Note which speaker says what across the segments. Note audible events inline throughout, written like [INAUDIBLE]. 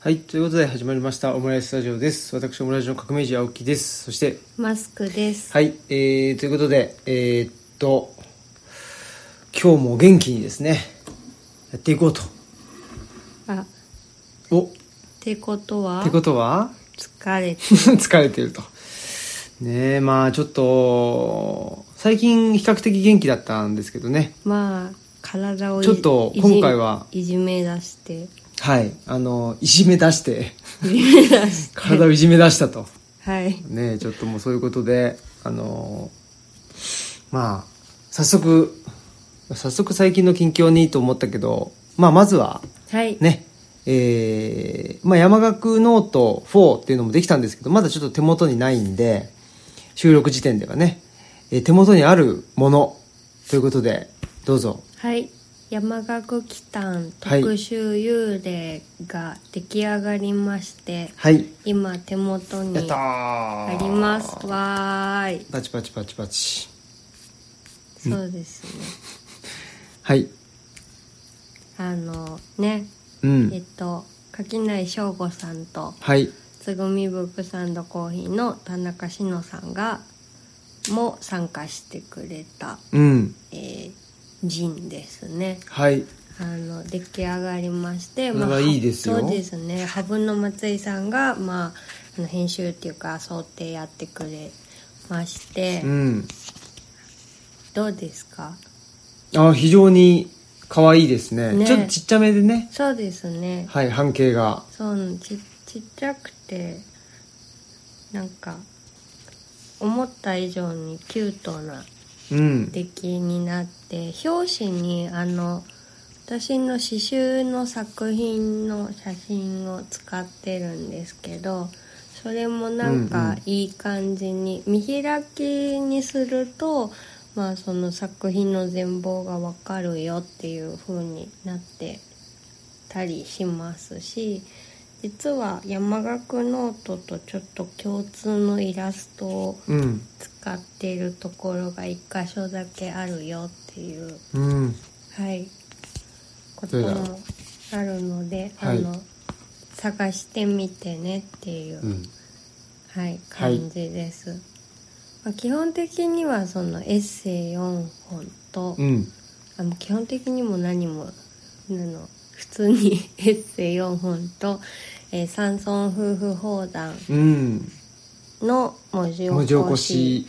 Speaker 1: はい、ということで始まりましたオムライススタジオです。私、オムライスの革命児青木です。そして、
Speaker 2: マスクです。
Speaker 1: はい、えー、ということで、えー、っと、今日も元気にですね、やっていこうと。
Speaker 2: あ、っ
Speaker 1: お、って
Speaker 2: ことは
Speaker 1: てことは [LAUGHS]
Speaker 2: 疲れて
Speaker 1: 疲れてると。ねえ、まあちょっと、最近比較的元気だったんですけどね。
Speaker 2: まあ体をい
Speaker 1: ちょっと
Speaker 2: いじ
Speaker 1: 今回はい
Speaker 2: じめ
Speaker 1: [LAUGHS]
Speaker 2: 出して
Speaker 1: はい、あの、いじめ出して、
Speaker 2: いじめ出して
Speaker 1: 体をいじめ出したと。
Speaker 2: はい
Speaker 1: ねえちょっともうそういうことであのまあ早速早速最近の近況にと思ったけど、まあ、まずは
Speaker 2: はい、
Speaker 1: ねえーまあ、山岳ノート4っていうのもできたんですけどまだちょっと手元にないんで収録時点ではね、えー手元にあるものということでどうぞ
Speaker 2: はい、山岳機関
Speaker 1: はい
Speaker 2: 特集幽霊が出来上がりまして、
Speaker 1: はい
Speaker 2: 今手元に
Speaker 1: やったー
Speaker 2: ありますわーい
Speaker 1: パチパチパチパチ
Speaker 2: そうですね
Speaker 1: はい
Speaker 2: あのね
Speaker 1: う
Speaker 2: えっ
Speaker 1: ん
Speaker 2: と垣内翔吾さんと
Speaker 1: はい
Speaker 2: つぐみブックサンドコーヒーの田中志乃さんがも参加してくれた、
Speaker 1: うん
Speaker 2: えー、ジンですね
Speaker 1: はい
Speaker 2: あの出来上がりまして
Speaker 1: これはいいですよ
Speaker 2: そうですね羽生の松井さんが、まあ、あの編集っていうか想定やってくれまして、
Speaker 1: うん
Speaker 2: どうですか
Speaker 1: あ非常に可愛いですね
Speaker 2: ね
Speaker 1: ちょっとちっちゃめでね
Speaker 2: そうですね
Speaker 1: はい半径が
Speaker 2: そうちちっちゃくてなんか思った以上にキュートな
Speaker 1: うん
Speaker 2: 出来になって表紙にあの私の刺繍の作品の写真を使ってるんですけどそれもなん
Speaker 1: うんう
Speaker 2: か
Speaker 1: ん
Speaker 2: いい感じに、見開きにすると、まあ、その作品の全貌がわかるよっていう風になってたりしますし実は山岳ノートとちょっと共通のイラストを
Speaker 1: うん
Speaker 2: 使っているところが一箇所だけあるよっていう、
Speaker 1: うん
Speaker 2: はい、こともあるので、
Speaker 1: はい
Speaker 2: あの探してみてねっていう、
Speaker 1: うん
Speaker 2: はい、
Speaker 1: はい
Speaker 2: 感じです、まあ、基本的にはそのエッセイ4本と、
Speaker 1: うん
Speaker 2: あの基本的にも何もあの普通に [LAUGHS] エッセイ4本と、えー、山村夫婦砲弾
Speaker 1: うん
Speaker 2: の文字
Speaker 1: 文字起
Speaker 2: 起
Speaker 1: こ
Speaker 2: こし
Speaker 1: し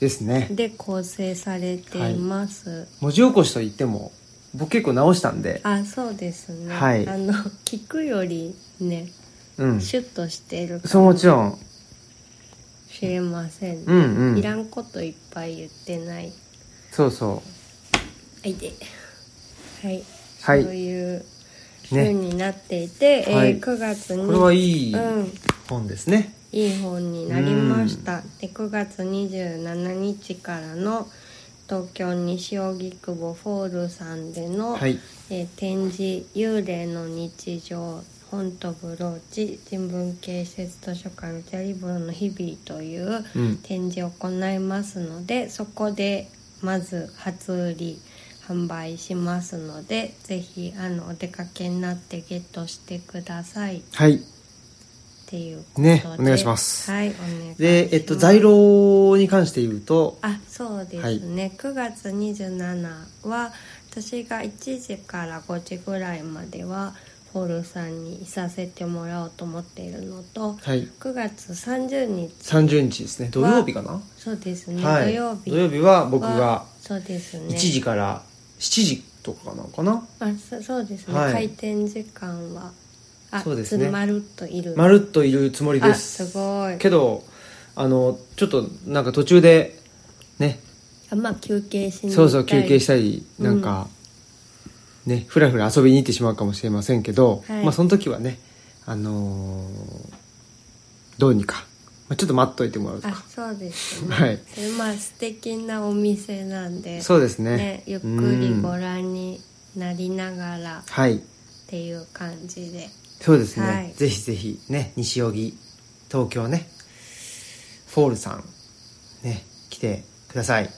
Speaker 1: ですね
Speaker 2: で構成されています、
Speaker 1: 文字起こしといっても僕結構直したんで
Speaker 2: あそうですね、
Speaker 1: はい
Speaker 2: あの [LAUGHS] 聞くよりね
Speaker 1: うん
Speaker 2: シュッとしてるか
Speaker 1: そうも
Speaker 2: も
Speaker 1: ちろん
Speaker 2: しれません、
Speaker 1: う
Speaker 2: ね
Speaker 1: んうん
Speaker 2: いらんこといっぱい言ってない
Speaker 1: そうそ
Speaker 2: はいではい、
Speaker 1: はい
Speaker 2: そういう
Speaker 1: う
Speaker 2: 風
Speaker 1: ね
Speaker 2: になっていて、えー
Speaker 1: はい
Speaker 2: 9月に
Speaker 1: これはいい
Speaker 2: うん、
Speaker 1: 本ですね
Speaker 2: いい本になりましたで9月27日からの東京西荻窪フォールさんでの、
Speaker 1: はい
Speaker 2: えー展示「幽霊の日常本とブローチ人文系施設図書館ルチャリブロの日々」という
Speaker 1: うん
Speaker 2: 展示を行いますのでそこでまず初売り販売しますのでぜひあのお出かけになってゲットしてくださいっ
Speaker 1: はい
Speaker 2: ていうことで
Speaker 1: ねお願いします
Speaker 2: はいお願いします
Speaker 1: でえっと在廊に関して言うと
Speaker 2: あそうですね、9月27は私が1時から5時ぐらいまではホールさんにいさせてもらおうと思っているのと
Speaker 1: はい
Speaker 2: 9月30日
Speaker 1: 30日ですね土曜日かな
Speaker 2: そうですね、
Speaker 1: はい
Speaker 2: 土曜日
Speaker 1: 土曜日は僕が
Speaker 2: そうですね
Speaker 1: 1時から7時とかなのかな
Speaker 2: あそそうですね、
Speaker 1: はい
Speaker 2: 開店時間はあ
Speaker 1: そうですね
Speaker 2: つまるっといる
Speaker 1: まるっといるつもりで
Speaker 2: あ
Speaker 1: す
Speaker 2: すごい
Speaker 1: けどあのちょっとなんか途中でね
Speaker 2: あまあ休憩しに
Speaker 1: そうそう休憩した
Speaker 2: い
Speaker 1: りなんか、ねふらふら遊びに行ってしまうかもしれませんけど、
Speaker 2: はい
Speaker 1: まあその時はねあのーどうにか、まあ、ちょっと待っといてもらうと
Speaker 2: あ
Speaker 1: か
Speaker 2: そうですね
Speaker 1: はい
Speaker 2: それまあ素敵なお店なんで
Speaker 1: そうですね
Speaker 2: ね、ゆっくり
Speaker 1: うん
Speaker 2: ご覧になりながらっ
Speaker 1: はい
Speaker 2: ていう感じで
Speaker 1: そうですね、
Speaker 2: はい
Speaker 1: ぜひぜひね西荻東京ねフォールさんね来てください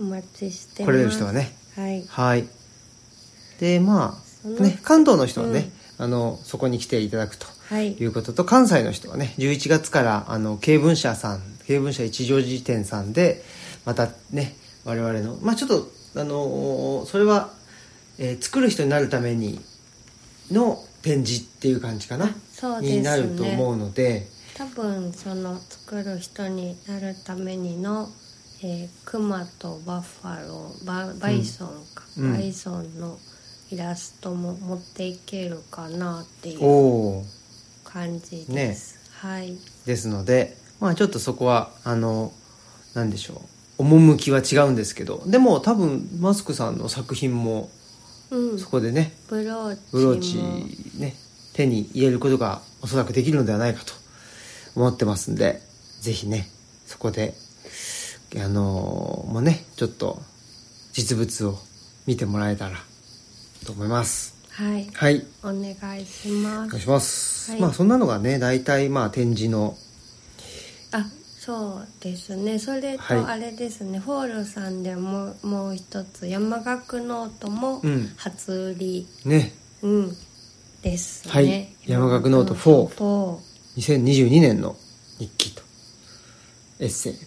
Speaker 2: お待ちしてます
Speaker 1: 来れる人はね
Speaker 2: はい
Speaker 1: はいでま
Speaker 2: の
Speaker 1: あ、ね、関東の人はね、あのそこに来ていただくと
Speaker 2: はい
Speaker 1: いうことと関西の人はね11月からあの経文社さん経文社一条辞典さんでまたね我々のまあちょっとあのそれは、えー作る人になるためにの展示っていう感じかな
Speaker 2: そうですね
Speaker 1: になると思うので
Speaker 2: 多分その作る人になるためにの、えークマとバッファローババイソンか、
Speaker 1: うん
Speaker 2: バイソンのイラストも持っていけるかなってい
Speaker 1: お
Speaker 2: う
Speaker 1: お
Speaker 2: 感じです、はい
Speaker 1: ですのでまあちょっとそこはあのなんでしょう趣は違うんですけどでも多分マスクさんの作品も
Speaker 2: うん
Speaker 1: そこでね
Speaker 2: ブローチも
Speaker 1: ブローチね手に入れることがおそらくできるのではないかと思ってますんでぜひねそこであのーもうねちょっと実物を見てもらえたらと思います
Speaker 2: はい
Speaker 1: はい
Speaker 2: お願いし
Speaker 1: お
Speaker 2: ます
Speaker 1: 願いします、
Speaker 2: はい
Speaker 1: まあそんなのがね大体まあ展示の
Speaker 2: あそうですねそれ
Speaker 1: はい
Speaker 2: とあれですね、ホールさんでももう一つ山岳ノートも
Speaker 1: うん
Speaker 2: 初売り、
Speaker 1: ね
Speaker 2: うん、ですね、
Speaker 1: はい山岳ノート
Speaker 2: 4
Speaker 1: 2022年の日記とエッセイと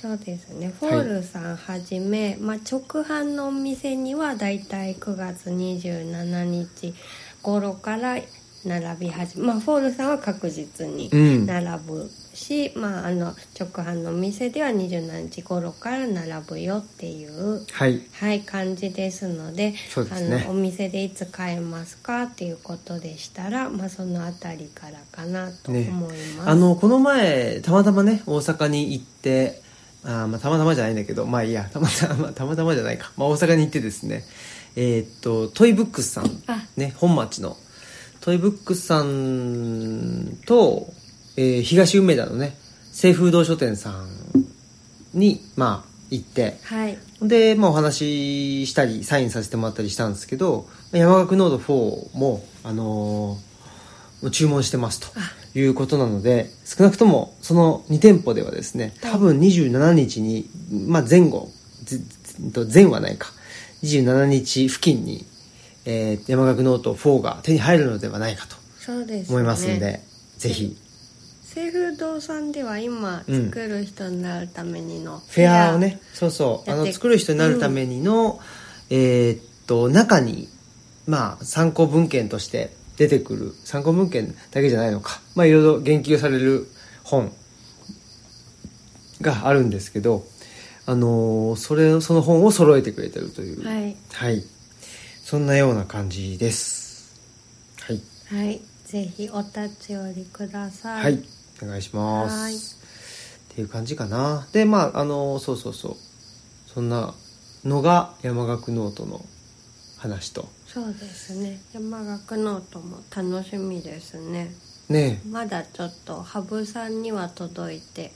Speaker 2: そうですねフォールさんはじめ、まあ、直販のお店にはだいたい9月27日頃から並び始めまあフォールさんは確実に
Speaker 1: うん
Speaker 2: 並ぶし、まあ、あの直販のお店では27日頃から並ぶよっていう
Speaker 1: はい
Speaker 2: はい感じですので
Speaker 1: そうですね
Speaker 2: あのお店でいつ買えますかっていうことでしたら、まあ、そのあたりからかなと思い
Speaker 1: ね
Speaker 2: ます。
Speaker 1: あのこの前たまたまね大阪に行ってあー、まあ、たまたまじゃないんだけどまあいいや [LAUGHS] たまたまたまたまじゃないか、まあ、大阪に行ってですねえーっとトイブックスさん
Speaker 2: あ、
Speaker 1: ね、本町のトイブックスさんと、えー東梅田のね清風堂書店さんにまあ行って
Speaker 2: はい
Speaker 1: で、まあ、お話ししたりサインさせてもらったりしたんですけど山岳ノード4も、あのー注文してますということなので少なくともその2店舗ではですね多分27日に、まあ、前後ぜぜと前はないか27日付近に、えー山岳ノート4が手に入るのではないかと
Speaker 2: そうです、ね、
Speaker 1: 思いますのでぜひ
Speaker 2: 清風堂さんでは今
Speaker 1: うん
Speaker 2: 作る人になるためにの
Speaker 1: フェアをねそうそうあ
Speaker 2: やっ
Speaker 1: の
Speaker 2: て
Speaker 1: 作る人になるためにの、えーっと中にまあ参考文献として出てくる参考文献だけじゃないのかまあいろいろ言及される本があるんですけどあのーそれその本を揃えてくれてるという
Speaker 2: は、い
Speaker 1: はいそんなような感じですはい
Speaker 2: はいぜひお立ち寄りください
Speaker 1: はい、お願いします。
Speaker 2: はい
Speaker 1: っていう感じかな。で、まあ、あの、そうそうそう。そんなのが山岳ノートの話と。
Speaker 2: そうですね山岳ノートも楽しみですね
Speaker 1: ね
Speaker 2: まだちょっと羽生さんには届いて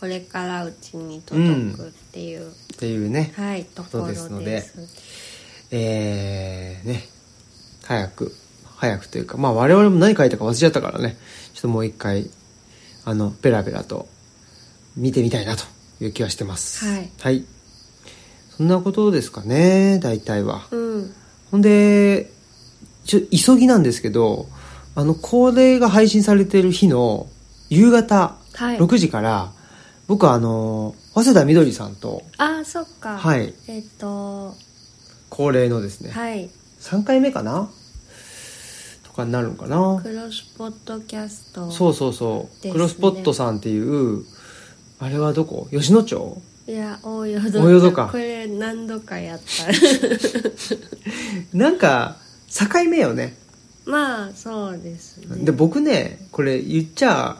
Speaker 2: これからうちに届くっていう、
Speaker 1: えっていうね。
Speaker 2: はいところです
Speaker 1: そうですえー、ね。早く、早くというか、まあ我々も何書いたか忘れちゃったからね。ちょっともう一回、あの、ペラペラと見てみたいなという気はしてます。
Speaker 2: はい
Speaker 1: はい。そんなことですかね、大体は。
Speaker 2: うん
Speaker 1: ほんで、ちょ、急ぎなんですけど、あの、これが配信されてる日の夕方
Speaker 2: はい
Speaker 1: 6時から、僕はあの、早稲田みどりさんと、
Speaker 2: ああそっか
Speaker 1: はい
Speaker 2: えっ、と
Speaker 1: 恒例のですね、
Speaker 2: はい
Speaker 1: 3回目かなとかになるのかな
Speaker 2: クロスポッドキャスト
Speaker 1: そうそうそう、
Speaker 2: ですね
Speaker 1: クロスポットさんっていう、あれはどこ吉野町
Speaker 2: いや大淀
Speaker 1: 大淀か
Speaker 2: これ何度かやった [LAUGHS]
Speaker 1: なんか、境目よね。
Speaker 2: まあそうですね
Speaker 1: で、僕ね、これ言っちゃ、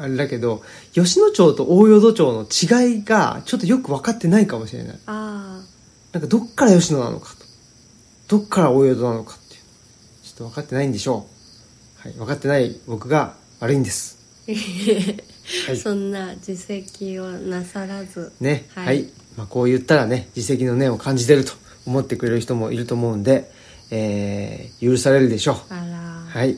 Speaker 1: あれだけど、吉野町と大淀町の違いが、ちょっとよく分かってないかもしれない。
Speaker 2: あ
Speaker 1: なんかどっから吉野なのかと、どっから大淀なのかっていう、ちょっと分かってないんでしょう。はい、分かってない僕が悪いんです。
Speaker 2: あ、
Speaker 1: はい
Speaker 2: そんな自責をなさらず
Speaker 1: ね、
Speaker 2: は
Speaker 1: はいい、まあ、こう言ったらね、自責の念を感じてると思ってくれる人もいると思うんで、えー、許されるでしょ
Speaker 2: あ
Speaker 1: う。
Speaker 2: ら、
Speaker 1: はい。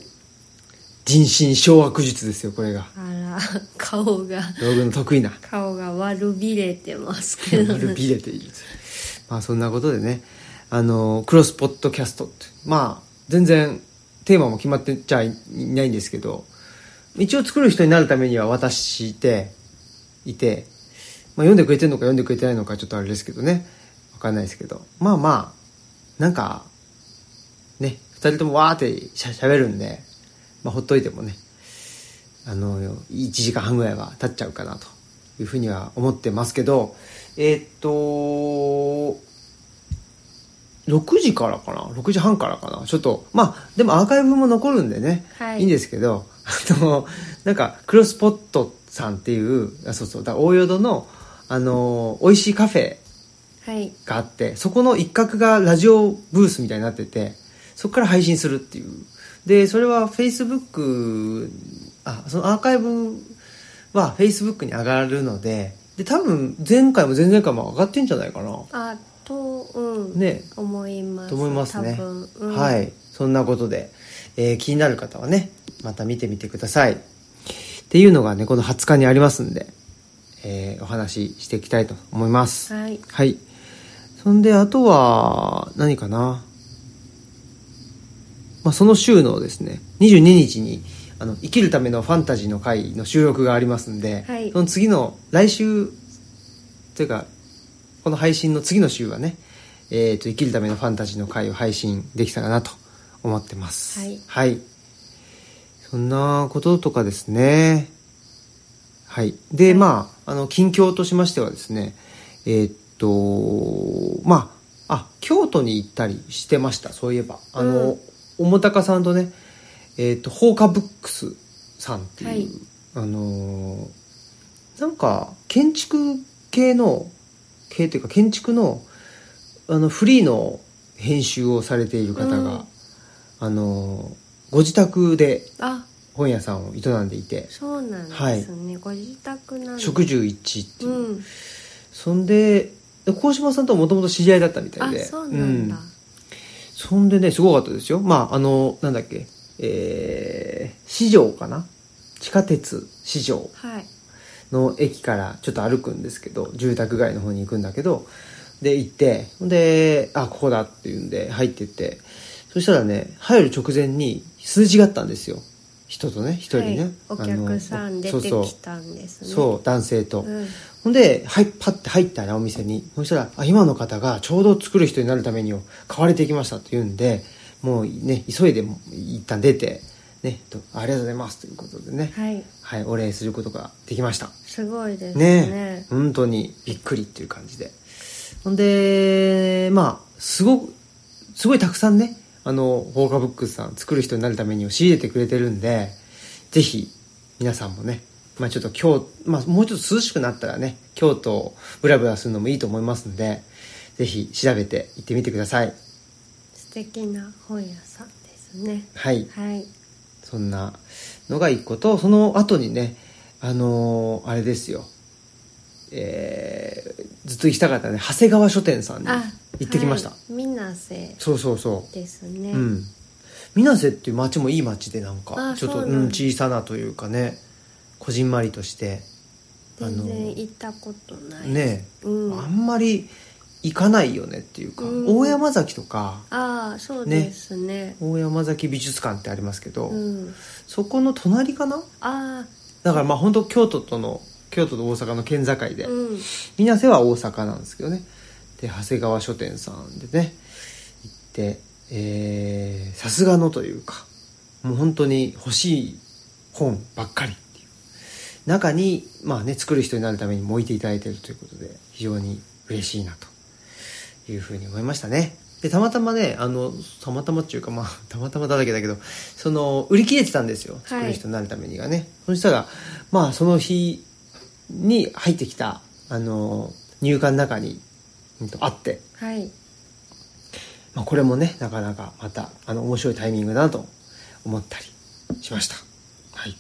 Speaker 1: 人心掌握術ですよ、これが。
Speaker 2: あら顔が
Speaker 1: 道具の得意な。
Speaker 2: 顔が悪びれてますけど、
Speaker 1: 丸ビレているまあそんなことでねあのクロスポッドキャストってまあ全然テーマも決まってちゃいないんですけど一応作る人になるためには渡していて、まあ、読んでくれてるのか読んでくれてないのかちょっとあれですけどねわかんないですけどまあまあなんかね2人ともわーってしゃしゃべるんで、まあ、ほっといてもねあの1時間半ぐらいは経っちゃうかなというふうには思ってますけどえーっと6時からかな6時半からかなちょっとまあでもアーカイブも残るんでね、
Speaker 2: はい
Speaker 1: い、いんですけどあのなんかクロスポットさんっていうあそうそうだ大淀のあの美味しいカフェ
Speaker 2: はい
Speaker 1: があってそこの一角がラジオブースみたいになっててそこから配信するっていうでそれはフェイスブックあそのアーカイブはフェイスブックに上がるのでで多分前回も前々回も上がってんじゃないかな
Speaker 2: あとうん、
Speaker 1: ね
Speaker 2: 思います
Speaker 1: と思いますね
Speaker 2: 多分、うん
Speaker 1: はいそんなことで、えー気になる方はねまた見てみてくださいっていうのがねこの20日にありますんで、えーお話ししていきたいと思います
Speaker 2: はい
Speaker 1: はい。そんで、あとは、何かな。まあ、その週のですね、22日に、あの、生きるためのファンタジーの会の収録がありますんで、
Speaker 2: はい
Speaker 1: その次の、来週、というか、この配信の次の週はね、えっ、と、生きるためのファンタジーの会を配信できたらなと思ってます。
Speaker 2: はい
Speaker 1: そんなこととかですね。はい。で、
Speaker 2: はい
Speaker 1: まあ、あの、近況としましてはですね、えーっと、まあ、あ、京都に行ったりしてました、そういえば。あの、おもたかさんとね、えーっと、放火ブックスさんっていう、
Speaker 2: はい
Speaker 1: あのーなんか、建築系の、系というか、建築の、あの、フリーの編集をされている方が、
Speaker 2: うん
Speaker 1: あのーご自宅で
Speaker 2: あ
Speaker 1: 本屋さんを営んでいて、
Speaker 2: そうなんですね、ご自宅なんです
Speaker 1: 食住一致っていうう、
Speaker 2: ん
Speaker 1: そんで鴻島さんともともと知り合いだったみたい
Speaker 2: あ
Speaker 1: で
Speaker 2: そうなんだ、
Speaker 1: うそんでねすごかったですよまああのなんだっけえー、市場かな地下鉄市場
Speaker 2: はい
Speaker 1: の駅からちょっと歩くんですけど住宅街の方に行くんだけどで行ってほんであここだっていうんで入ってってそしたらね入る直前に数字があったんですよ人とね一人ね、
Speaker 2: はい、お
Speaker 1: あの
Speaker 2: 客さん出て
Speaker 1: そう
Speaker 2: き
Speaker 1: そ
Speaker 2: たんです
Speaker 1: う
Speaker 2: ね
Speaker 1: そう男性と、
Speaker 2: うん、
Speaker 1: ほんで、はい、パッて入ったらお店に。そしたら、あ、今の方がちょうど作る人になるためにを買われてきましたって言うんで、もうね、急いでも一旦出て、ね、とありがとうございますということでね、
Speaker 2: はい
Speaker 1: はい、お礼することができました。
Speaker 2: すごいですね
Speaker 1: ね本当にびっくりっていう感じで。ほんで、まあ、すごく、すごいたくさんね、あの、放課ブックスさん作る人になるためにを仕入れてくれてるんで、ぜひ、皆さんもね、まあちょっと今日、まあもうちょっと涼しくなったらね、京都をブラブラするのもいいと思いますので、ぜひ調べて行ってみてください。
Speaker 2: 素敵な本屋さんですね
Speaker 1: はい。
Speaker 2: はい
Speaker 1: そんなのが一個と、その後にね、あのーあれですよ、えーずっと行きたかったね、長谷川書店さんに
Speaker 2: あ
Speaker 1: 行ってきました。
Speaker 2: はい、水瀬
Speaker 1: そうそうそ
Speaker 2: です
Speaker 1: う。
Speaker 2: ね、
Speaker 1: うん。水瀬っていう町もいい町でなんか
Speaker 2: あ、
Speaker 1: ちょっと
Speaker 2: そううなん
Speaker 1: ん、
Speaker 2: だ
Speaker 1: 小さなというかね、こじんまりとして、あ
Speaker 2: 全
Speaker 1: の
Speaker 2: 然行ったことない
Speaker 1: ね、
Speaker 2: うん
Speaker 1: あんまり行かないよねっていうか、
Speaker 2: うん
Speaker 1: 大山崎とか、
Speaker 2: ああそうですね
Speaker 1: 大山崎美術館ってありますけど、
Speaker 2: うん
Speaker 1: そこの隣かな
Speaker 2: あ
Speaker 1: だからまあ本当京都との京都と大阪の県境で、
Speaker 2: あうん
Speaker 1: 水瀬は大阪なんですけどねで長谷川書店さんでね行ってえーさすがのというかもう本当に欲しい本ばっかりっていう中にまあね作る人になるためにも置いていただいてるということで非常に嬉しいなというふうに思いましたねでたまたまねあのたまたまっていうかまあたまたまだらけだけどその売り切れてたんですよ作る人になるためにがね、そしたらまあその日に入ってきたあの入管の中にうんとあって、
Speaker 2: はい
Speaker 1: まあ、これもねなかなかまたあの面白いタイミングだなと思ったりしましたはい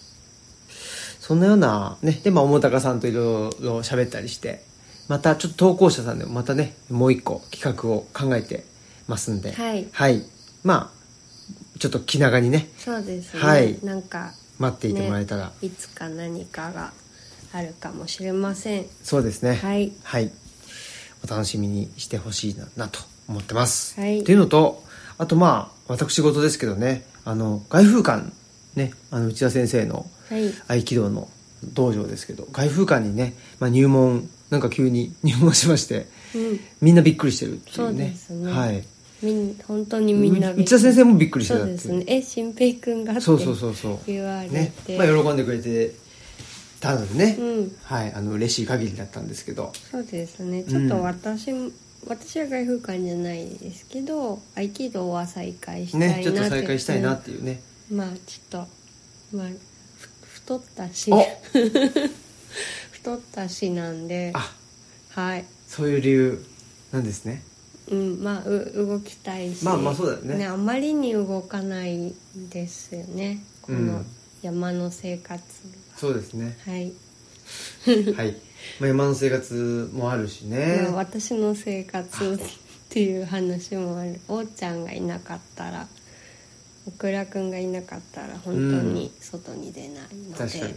Speaker 1: そんなようなねでまあ桃高さんといろいろ喋ったりしてまたちょっと投稿者さんでもまたねもう一個企画を考えてますんで
Speaker 2: はい
Speaker 1: はい、まあちょっと気長にね
Speaker 2: そうですね、
Speaker 1: はい
Speaker 2: なんか
Speaker 1: 待っていてもらえたら、
Speaker 2: いつか何かがあるかもしれません
Speaker 1: そうですね
Speaker 2: はい
Speaker 1: はい、お楽しみにしてほしいななと思ってます、
Speaker 2: はい
Speaker 1: というのとあとまあ私事ですけどねあの外風館ねあの内田先生の
Speaker 2: はい
Speaker 1: 合気道の道場ですけど外風館にね、まあ、入門なんか急に [LAUGHS] 入門しまして
Speaker 2: うん
Speaker 1: みんなびっくりしてるっていうね
Speaker 2: そうですね
Speaker 1: はい、
Speaker 2: みん本当にみんな
Speaker 1: う内田先生もびっく
Speaker 2: く
Speaker 1: りして
Speaker 2: そ
Speaker 1: たっ
Speaker 2: う
Speaker 1: ていう
Speaker 2: ですねえ新平くんがって
Speaker 1: そうそうそうそう
Speaker 2: 言われて、
Speaker 1: ねまあ、喜んでくれてたのでね、
Speaker 2: うん
Speaker 1: はいあの嬉しい限りだったんですけど
Speaker 2: そうですねちょっと私も、私は外風館じゃないですけど合気道は再開したいな
Speaker 1: ねちょっと再開したいなっていうね、
Speaker 2: うんまあちょっとまあふ太ったし
Speaker 1: お
Speaker 2: [LAUGHS] 太ったしなんで
Speaker 1: あ
Speaker 2: はい
Speaker 1: そういう理由なんですね
Speaker 2: うんまあう動きたいし
Speaker 1: まあまあそうだよね
Speaker 2: あまりに動かないですよねこ
Speaker 1: う
Speaker 2: の
Speaker 1: ん
Speaker 2: 山の生活、
Speaker 1: そうです
Speaker 2: [LAUGHS]
Speaker 1: ね
Speaker 2: はい、
Speaker 1: はい、まあ、山の生活もあるしね、
Speaker 2: まあ、私の生活っていう話もある
Speaker 1: [LAUGHS]
Speaker 2: おうちゃんがいなかったらオクラくんがいなかったら本当に外に出ないので、
Speaker 1: 確かにそ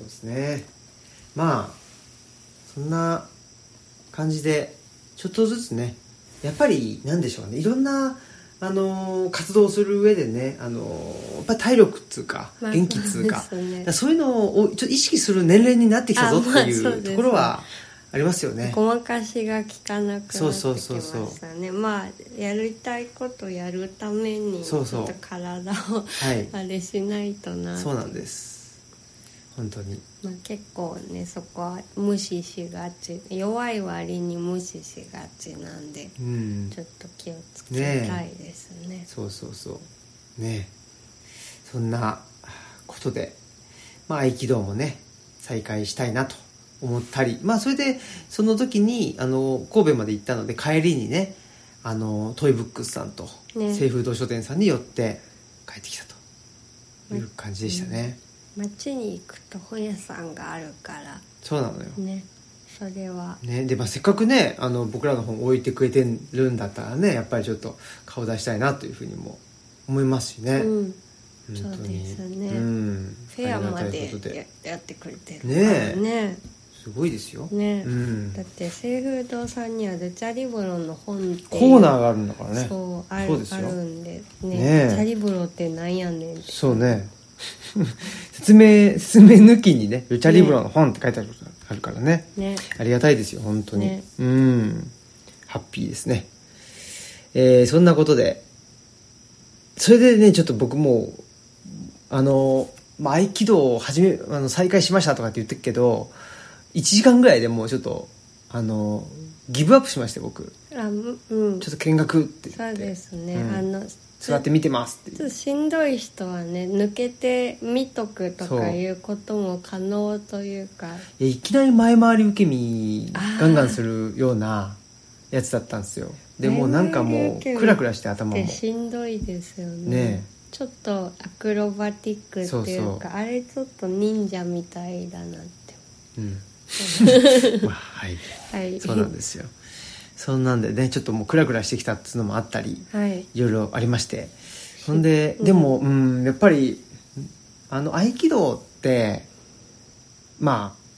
Speaker 1: うですねまあそんな感じでちょっとずつねやっぱりなんでしょうねいろんなあのー活動をする上でねあのーやっぱり体力っつうか
Speaker 2: まあ
Speaker 1: 元気っつうか,、
Speaker 2: そうですね
Speaker 1: そういうのをちょっと意識する年齢になってきたぞって
Speaker 2: あまあ
Speaker 1: い
Speaker 2: そうで
Speaker 1: う
Speaker 2: すね
Speaker 1: ところはありますよね。
Speaker 2: ごまかしが効かなくなってき
Speaker 1: そう
Speaker 2: ま
Speaker 1: そうそうそう
Speaker 2: したねまあやりたいことやるためにち
Speaker 1: そ
Speaker 2: ょ
Speaker 1: う
Speaker 2: っ
Speaker 1: そう
Speaker 2: と体を
Speaker 1: はい
Speaker 2: あれしないとな
Speaker 1: そうなんです本当に
Speaker 2: まあ、結構ねそこは無視しがち弱い割に無視しがちなんで
Speaker 1: うん
Speaker 2: ちょっと気をつけたいですね
Speaker 1: そうそうそうねえそんなことで、まあ、合気道もね再開したいなと思ったりまあそれでその時にあの神戸まで行ったので帰りにねあのトイブックスさんと
Speaker 2: ね
Speaker 1: 清風堂書店さんに寄って帰ってきたという感じでしたね、
Speaker 2: 街に行くと本屋さんがあるから
Speaker 1: そうなのよ、
Speaker 2: ねそれは
Speaker 1: ね、で、まあ、せっかくねあの僕らの本置いてくれてるんだったらねやっぱりちょっと顔出したいなというふうにも思いますしね、
Speaker 2: うん
Speaker 1: 本当に
Speaker 2: そうですね
Speaker 1: ん、
Speaker 2: フェアま
Speaker 1: ありがたい
Speaker 2: で
Speaker 1: こと
Speaker 2: ややってくれてるから
Speaker 1: ねえ
Speaker 2: ね
Speaker 1: すごいですよ、
Speaker 2: ね
Speaker 1: うん
Speaker 2: だ、って清風堂さんにはルチャリブロの本っていう
Speaker 1: コーナーがあるんだからねそう
Speaker 2: そうある
Speaker 1: そうですよ
Speaker 2: あるんでね
Speaker 1: ねえ
Speaker 2: ルチャリブロってなんやねんって
Speaker 1: ね [LAUGHS] 説明説明抜きにね「ルチャリブロの本」って書いてあることあるからね
Speaker 2: ね
Speaker 1: ありがたいですよ本当に、
Speaker 2: ね
Speaker 1: うんハッピーですねえーそんなことでそれでねちょっと僕もうあの、まあ、合気道を始めあの再開しましたとかって言ってるけど1時間ぐらいでもうちょっとあのギブアップしまして僕
Speaker 2: あむうん
Speaker 1: ちょっと見学って
Speaker 2: そ
Speaker 1: 言っ
Speaker 2: う
Speaker 1: て
Speaker 2: ですね、
Speaker 1: うん
Speaker 2: あの
Speaker 1: 座って見てますって
Speaker 2: ち
Speaker 1: い
Speaker 2: ょっ
Speaker 1: う
Speaker 2: としんどい人はね抜けて見とくと
Speaker 1: そう
Speaker 2: かいうことも可能というか
Speaker 1: いやいきなり前回り受け身
Speaker 2: あー
Speaker 1: ガンガンするようなやつだったんですよでもうなんかも
Speaker 2: 前回り受
Speaker 1: う
Speaker 2: け身
Speaker 1: クラクラして頭
Speaker 2: で
Speaker 1: も
Speaker 2: しんどいですよね
Speaker 1: ねえ
Speaker 2: ちょっとアクロバティックっていうか
Speaker 1: そうそう
Speaker 2: あれちょっと忍者みたいだなって
Speaker 1: うん、まあ [LAUGHS] はい
Speaker 2: はい
Speaker 1: そうなんですよそんなんでねちょっともうクラクラしてきたっつうのもあったり
Speaker 2: はい
Speaker 1: いろいろありましてほんででもうんやっぱりあの合気道ってまあ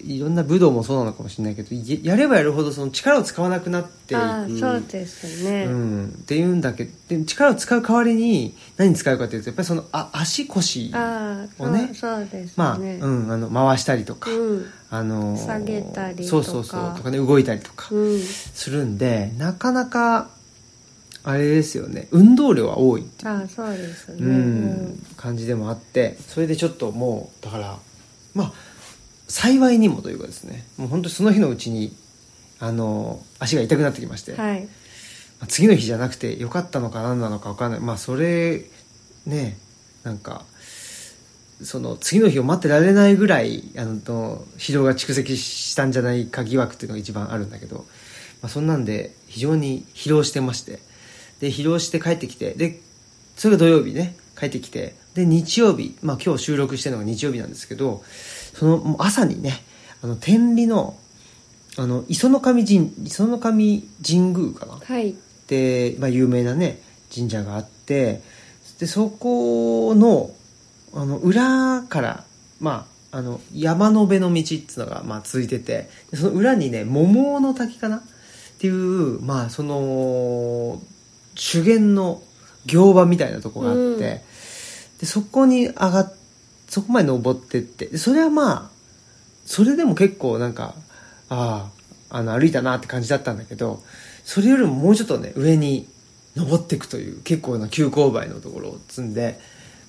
Speaker 1: いろんな武道もそうなのかもしれないけどややればやるほどその力を使わなくなっていく
Speaker 2: あーそうですね、
Speaker 1: うん、っていうんだけどで力を使う代わりに何使うかというとやっぱりそのあ足腰
Speaker 2: ああそ
Speaker 1: を
Speaker 2: う,、
Speaker 1: ね
Speaker 2: そうですね、
Speaker 1: まあ、うん、あの回したりとか、
Speaker 2: うん
Speaker 1: あのー
Speaker 2: 下げたりとか
Speaker 1: そうそうそうとかね動いたりとか
Speaker 2: うん
Speaker 1: するんで、なかなかあれですよね運動量は多いっていう
Speaker 2: ああそうですね、
Speaker 1: うん感じでもあってそれでちょっともうだからまあ幸いにもというかですねもう本当その日のうちにあのー足が痛くなってきまして、
Speaker 2: うんはい
Speaker 1: まあ次の日じゃなくて良かったのか何なのか分かんないまあそれねなんかその次の日を待ってられないぐらいあのと疲労が蓄積したんじゃないか疑惑っていうのが一番あるんだけど、まあ、そんなんで非常に疲労してましてで疲労して帰ってきてでそれが土曜日ね帰ってきてで日曜日、まあ、今日収録してるのが日曜日なんですけどそのもう朝にねあの天理のあの磯の神神磯の神神宮かな
Speaker 2: はい
Speaker 1: で、まあ、有名なね神社があってでそこのあの裏から、まあ、あの山の辺の道っていうのが、まあ、続いててでその裏にね桃の滝かなっていう、まあ、その修験の行場みたいなとこがあって、
Speaker 2: うん
Speaker 1: でそこに上がっそこまで登ってってでそれはまあそれでも結構なんかあああの歩いたなって感じだったんだけどそれよりももうちょっとね上に登っていくという結構な急勾配のところを積んで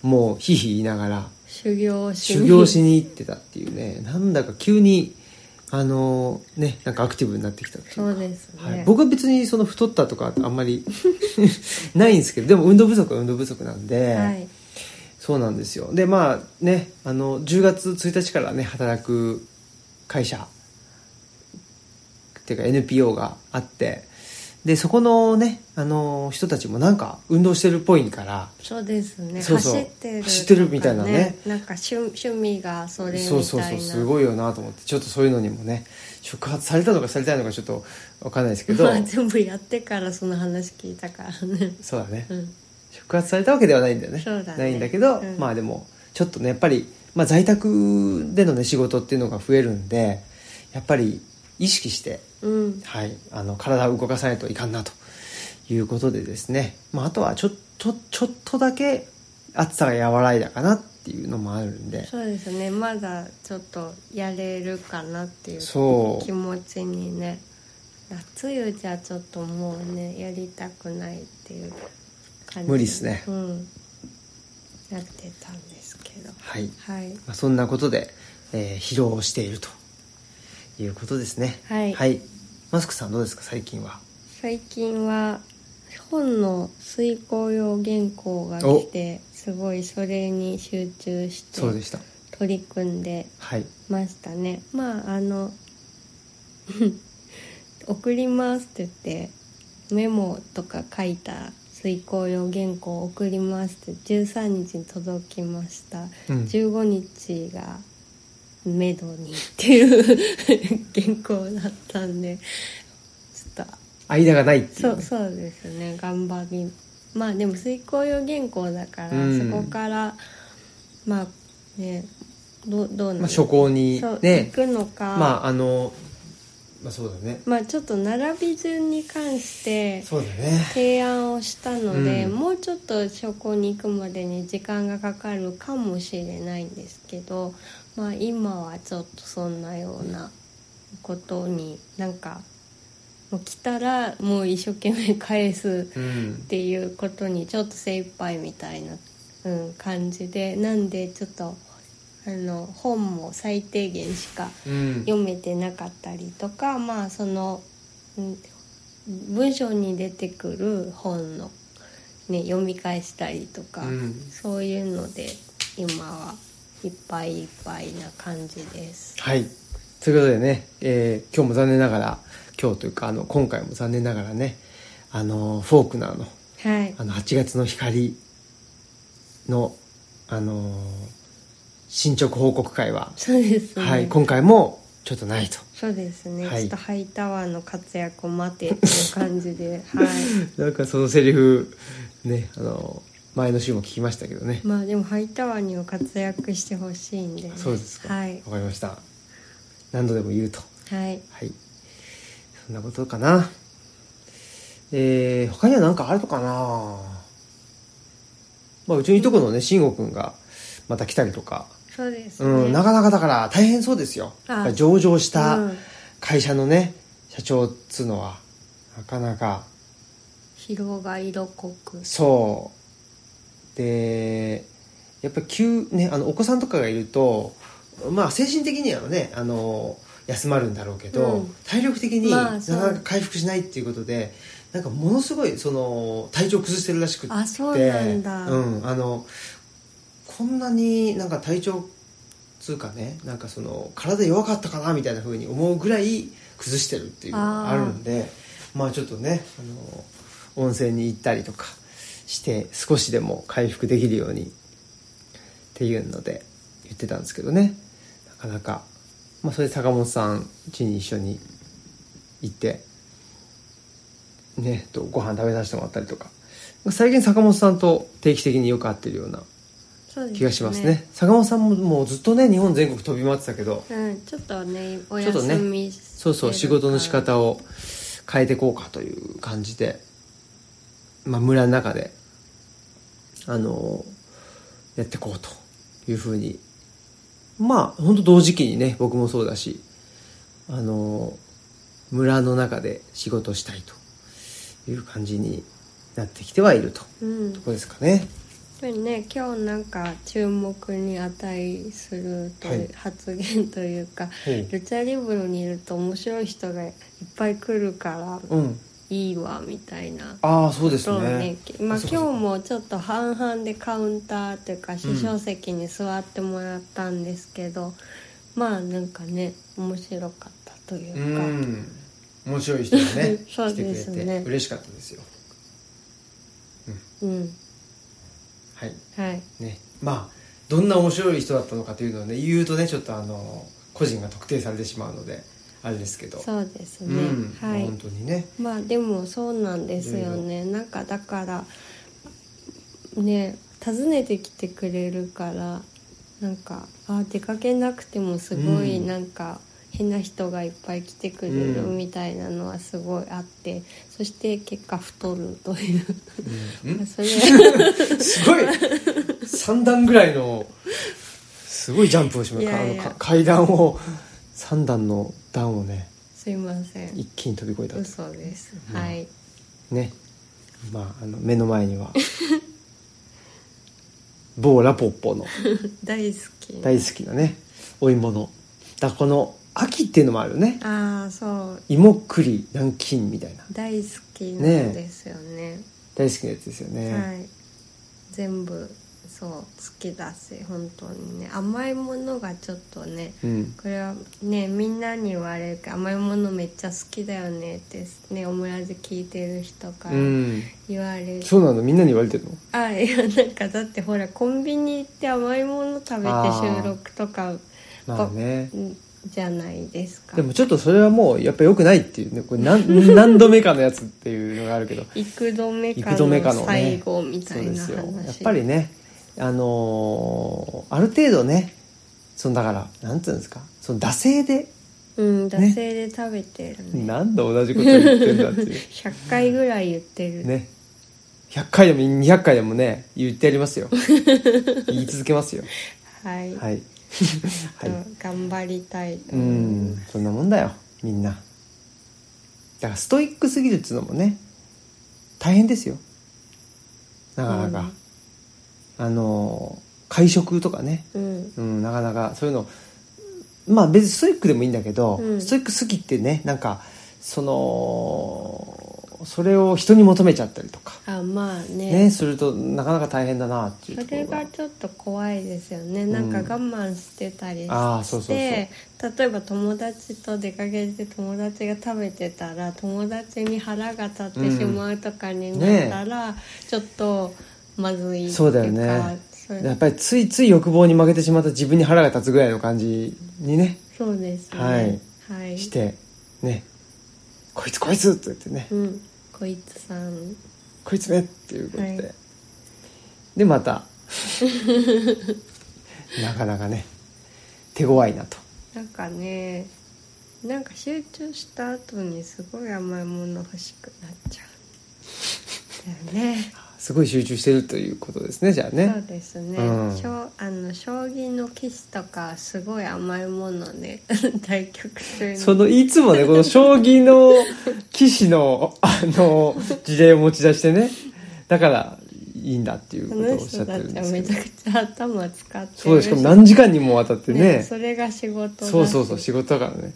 Speaker 1: もうひいひい言いながら
Speaker 2: 修行し
Speaker 1: 修行しに行ってたっていうねなんだか急にあのねなんかアクティブになってきたっていうか
Speaker 2: そうですね、
Speaker 1: はい、僕は別にその太ったとかあんまり [LAUGHS] ないんですけどでも運動不足は運動不足なんで、
Speaker 2: はい
Speaker 1: そうなんですよでまあねあの10月1日からね働く会社っていうか NPO があってでそこのねあの人たちもなんか運動してるっぽいから
Speaker 2: そうですね
Speaker 1: そうそう
Speaker 2: 走ってる
Speaker 1: 走ってるみたいなね
Speaker 2: なんか趣趣味がそれみたいな
Speaker 1: そうそうそうす
Speaker 2: い
Speaker 1: ごいよなと思ってちょっとそういうのにもね触発されたのかされてないのかちょっとわかんないですけど
Speaker 2: まあ、全部やってからその話聞いたからね
Speaker 1: そうだね、
Speaker 2: うん
Speaker 1: 触発されたわけではないんだよね
Speaker 2: そうだね
Speaker 1: ないんだけど、
Speaker 2: うん
Speaker 1: まあでもちょっとねやっぱり、まあ、在宅でのね仕事っていうのが増えるんでやっぱり意識して、
Speaker 2: うん
Speaker 1: はい、あの体を動かさないといかんなということでですね、まあ、あとはちょっとちょっとだけ暑さが和らいだかなっていうのもあるんで
Speaker 2: そうですねまだちょっとやれるかなっていう
Speaker 1: そう
Speaker 2: 気持ちにね夏湯じゃちょっともうねやりたくないっていう感じ
Speaker 1: 無理っすね
Speaker 2: うんなってたんですけど
Speaker 1: はい
Speaker 2: はい
Speaker 1: まあ、そんなことで、えー疲労をしているということですね
Speaker 2: はい
Speaker 1: マスクさんどうですか最近は
Speaker 2: 最近は本の遂行用原稿が来てすごいそれに集中して
Speaker 1: そうでした
Speaker 2: 取り組んで
Speaker 1: はい
Speaker 2: ましたねまああの [LAUGHS] 送りますって言ってメモとか書いた遂行用原稿を送りますって13日に届きました、
Speaker 1: うん
Speaker 2: 15日がめどにっていう [LAUGHS] 原稿だったんでちょっと
Speaker 1: 間がないってい,、
Speaker 2: そううそうですね頑張りまあでも遂行用原稿だから、
Speaker 1: うん
Speaker 2: そこからまあねどどうな
Speaker 1: まあ、
Speaker 2: の
Speaker 1: 初行に
Speaker 2: そう、
Speaker 1: ね
Speaker 2: 行くのか、
Speaker 1: まああのまあそうだね
Speaker 2: まあちょっと並び順に関して
Speaker 1: そうだね
Speaker 2: 提案をしたので、
Speaker 1: うん
Speaker 2: もうちょっと初行に行くまでに時間がかかるかもしれないんですけど、まあ、今はちょっとそんなようなことになんかもう来たらもう一生懸命返す
Speaker 1: うん
Speaker 2: っていうことにちょっと精一杯みたいな、うん、感じでなんでちょっとあの本も最低限しか
Speaker 1: うん
Speaker 2: 読めてなかったりとかまあそのうん文章に出てくる本の、ね、読み返したりとか、
Speaker 1: うん
Speaker 2: そういうので今はいっぱいいっぱいな感じです。
Speaker 1: はいということでね、えー今日も残念ながら今日というかあの今回も残念ながらねあのフォークナーの
Speaker 2: はい
Speaker 1: あの8月の光のあのー進捗報告会は、
Speaker 2: そうですね、
Speaker 1: はい、今回もちょっとないと
Speaker 2: そうですね、
Speaker 1: はい
Speaker 2: ちょっとハイタワーの活躍を待てっていう感
Speaker 1: [LAUGHS]
Speaker 2: じではい
Speaker 1: なんかそのセリフねあの前の週も聞きましたけどね、
Speaker 2: まあでもハイタワーには活躍してほしいんでね、
Speaker 1: そうですかわ、
Speaker 2: はい
Speaker 1: かりました何度でも言うと
Speaker 2: はい
Speaker 1: はいそんなことかなえー、他には何かあるのかなまあうちのいとこのね慎吾くんがまた来たりとか
Speaker 2: そうです
Speaker 1: う
Speaker 2: ね、
Speaker 1: ん、なかなかだから大変そうですよ。
Speaker 2: あ
Speaker 1: やっぱり上場した
Speaker 2: うん
Speaker 1: 会社のね、社長っつうのは、なかなか、
Speaker 2: 疲労が色濃く
Speaker 1: そう。で、やっぱり急、ね、あの、お子さんとかがいると、まあ、精神的にはね、あの、休まるんだろうけど、
Speaker 2: うん
Speaker 1: 体力的にな
Speaker 2: まあ
Speaker 1: かなか回復しないっていうことで、なんかものすごい、その、体調崩してるらしくって。
Speaker 2: あそうなんだ
Speaker 1: うんあのこんなになんか体調つうかねなんかその体弱かったかなみたいな風に思うぐらい崩してるっていうのがあるんでまあちょっとねあの温泉に行ったりとかして少しでも回復できるようにっていうので言ってたんですけどねなかなか、まあ、それで坂本さん家に一緒に行ってねとご飯食べさせてもらったりとか最近坂本さんと定期的によく会ってるような
Speaker 2: そうですね
Speaker 1: 気がしますね坂本さんももうずっとね日本全国飛び回ってたけど
Speaker 2: うん、ちょっとねお
Speaker 1: ちょっとね
Speaker 2: 休みしてるから
Speaker 1: そうそう仕事の仕方を変えてこうかという感じでまあ、村の中で、あの、やっていこうというふうに。まあ、本当同時期にね、僕もそうだし、あの、村の中で仕事したいという感じになってきてはいると。
Speaker 2: うん
Speaker 1: とこですかね。
Speaker 2: でもね今日なんか注目に値するという、
Speaker 1: はい
Speaker 2: 発言というか、
Speaker 1: はい
Speaker 2: ルチャリブロにいると面白い人がいっぱい来るから
Speaker 1: うん。
Speaker 2: いいわみたいな。
Speaker 1: ああ、そうです
Speaker 2: そう
Speaker 1: ね
Speaker 2: ね。まあ、
Speaker 1: あ
Speaker 2: 今
Speaker 1: そう
Speaker 2: 日
Speaker 1: かそうか
Speaker 2: もちょっと半々でカウンターというか
Speaker 1: ん
Speaker 2: 試小席に座ってもらったんですけど、まあなんかね面白かったという
Speaker 1: う
Speaker 2: か、、
Speaker 1: ん。面白い人がね
Speaker 2: [LAUGHS] そうですね
Speaker 1: 来てくれて嬉しかったですよ。
Speaker 2: うん、
Speaker 1: はい。
Speaker 2: はい
Speaker 1: ね。まあ、どんな面白い人だったのかというのをね、言うとね、ちょっとあの、個人が特定されてしまうので、あれですけど。
Speaker 2: そうです
Speaker 1: う
Speaker 2: ね、
Speaker 1: ん。
Speaker 2: は
Speaker 1: まあ
Speaker 2: い
Speaker 1: 本当にね。
Speaker 2: まあでもそうなんですよね、なんかだからね訪ねてきてくれるからなんかあ出かけなくてもすごい
Speaker 1: うん
Speaker 2: なんか変な人がいっぱい来てくれる
Speaker 1: うん
Speaker 2: みたいなのはすごいあって、そして結果太るという。
Speaker 1: うん
Speaker 2: [LAUGHS]
Speaker 1: [LAUGHS]
Speaker 2: それ
Speaker 1: すごい !3 段ぐらいの、すごいジャンプをしま
Speaker 2: い
Speaker 1: した。あ
Speaker 2: や
Speaker 1: の
Speaker 2: いや
Speaker 1: か階段を、3段の段をね、
Speaker 2: すいません
Speaker 1: 一気に飛び越えたと。
Speaker 2: 嘘です、
Speaker 1: うん
Speaker 2: はい
Speaker 1: ねまああの目の前に
Speaker 2: [LAUGHS]
Speaker 1: は某ラポッポの
Speaker 2: 大好き
Speaker 1: 大好きなねお芋のだこの秋っていうのもあるよね
Speaker 2: ああそう
Speaker 1: 芋栗南京みたいな
Speaker 2: 大好きなん
Speaker 1: ねえ
Speaker 2: ですよね
Speaker 1: 大好きなやつですよね、
Speaker 2: はい、全部そう好きだし本当にね甘いものがちょっとね
Speaker 1: うん
Speaker 2: これはねみんなに言われるけど甘いものめっちゃ好きだよねってねオムラジ聞いてる人か
Speaker 1: う
Speaker 2: ら
Speaker 1: ん
Speaker 2: 言われる、
Speaker 1: そうなのみんなに言われてるの
Speaker 2: あいやなんかだってほらコンビニ行って甘いもの食べ
Speaker 1: あ
Speaker 2: て
Speaker 1: ー
Speaker 2: 収録とか
Speaker 1: まあね
Speaker 2: んじゃないですか
Speaker 1: でもちょっとそれはもうやっぱ良くないっていうねこれ何 [LAUGHS] 何度目かのやつっていうのがあるけど
Speaker 2: 幾度目か
Speaker 1: 幾度目かの
Speaker 2: の
Speaker 1: ね
Speaker 2: 最後みた
Speaker 1: そう
Speaker 2: い
Speaker 1: で
Speaker 2: な
Speaker 1: す
Speaker 2: 話、
Speaker 1: よやっぱりねあのーある程度ねそのだからなんていうんですかその惰性で
Speaker 2: うん惰性で食べてるね
Speaker 1: 何度同じこと言ってんだってい
Speaker 2: 100回ぐらい言ってる
Speaker 1: うね100回でも200回でもね言ってやりますよ言い続けますよ
Speaker 2: はい、
Speaker 1: はいは
Speaker 2: と
Speaker 1: い
Speaker 2: 頑張りたい
Speaker 1: う
Speaker 2: と思い
Speaker 1: ん
Speaker 2: ます
Speaker 1: そんなもんだよみんなだからストイックすぎるっつうのもね大変ですよなかなか、あの会食とかね
Speaker 2: うん
Speaker 1: うん、なかなかそういうのまあ別にストイックでもいいんだけど、
Speaker 2: うん
Speaker 1: ストイックすぎてねなんかそのそれを人に求めちゃったりとか、
Speaker 2: あまあ
Speaker 1: ね
Speaker 2: ね
Speaker 1: するとなかなか大変だなっていうと
Speaker 2: そ
Speaker 1: ころ
Speaker 2: れ
Speaker 1: が
Speaker 2: がちょっと怖いですよね、
Speaker 1: ん
Speaker 2: なんか我慢してたりして
Speaker 1: あーそうそうそう
Speaker 2: 例えば友達と出かけて友達が食べてたら友達に腹が立ってしまうとかになったら、ちょっとまずいっていか
Speaker 1: そうだよね
Speaker 2: そう
Speaker 1: やっぱりついつい欲望に負けてしまった自分に腹が立つぐらいの感じにね
Speaker 2: そうですね
Speaker 1: はい、
Speaker 2: はい、
Speaker 1: してね「こいつこいつ!」って言ってね
Speaker 2: うんこいつさん
Speaker 1: 「こいつめ!」っていうことで、
Speaker 2: はい
Speaker 1: でまた
Speaker 2: [LAUGHS]
Speaker 1: なかなかね手強いなと。
Speaker 2: なんかねなんか集中した後にすごい甘いもの欲しくなっちゃうんだよね
Speaker 1: すごい集中してるということですねじゃあ
Speaker 2: そう
Speaker 1: ね
Speaker 2: ですね、
Speaker 1: うん
Speaker 2: しょあの将棋の棋士とかすごい甘いものね [LAUGHS] 対局中に
Speaker 1: そのいつもねこの将棋の棋士のあの事例を持ち出してねだからいいんだっていう
Speaker 2: そ
Speaker 1: ことをお
Speaker 2: の
Speaker 1: っしゃ
Speaker 2: 人
Speaker 1: って
Speaker 2: た
Speaker 1: るん
Speaker 2: ち
Speaker 1: で
Speaker 2: は
Speaker 1: すけ
Speaker 2: め
Speaker 1: ど
Speaker 2: ちゃくちゃ頭使ってる
Speaker 1: そうですしかも何時間にもわたってね
Speaker 2: ねそれが仕事だし
Speaker 1: そうそうそう仕事だからね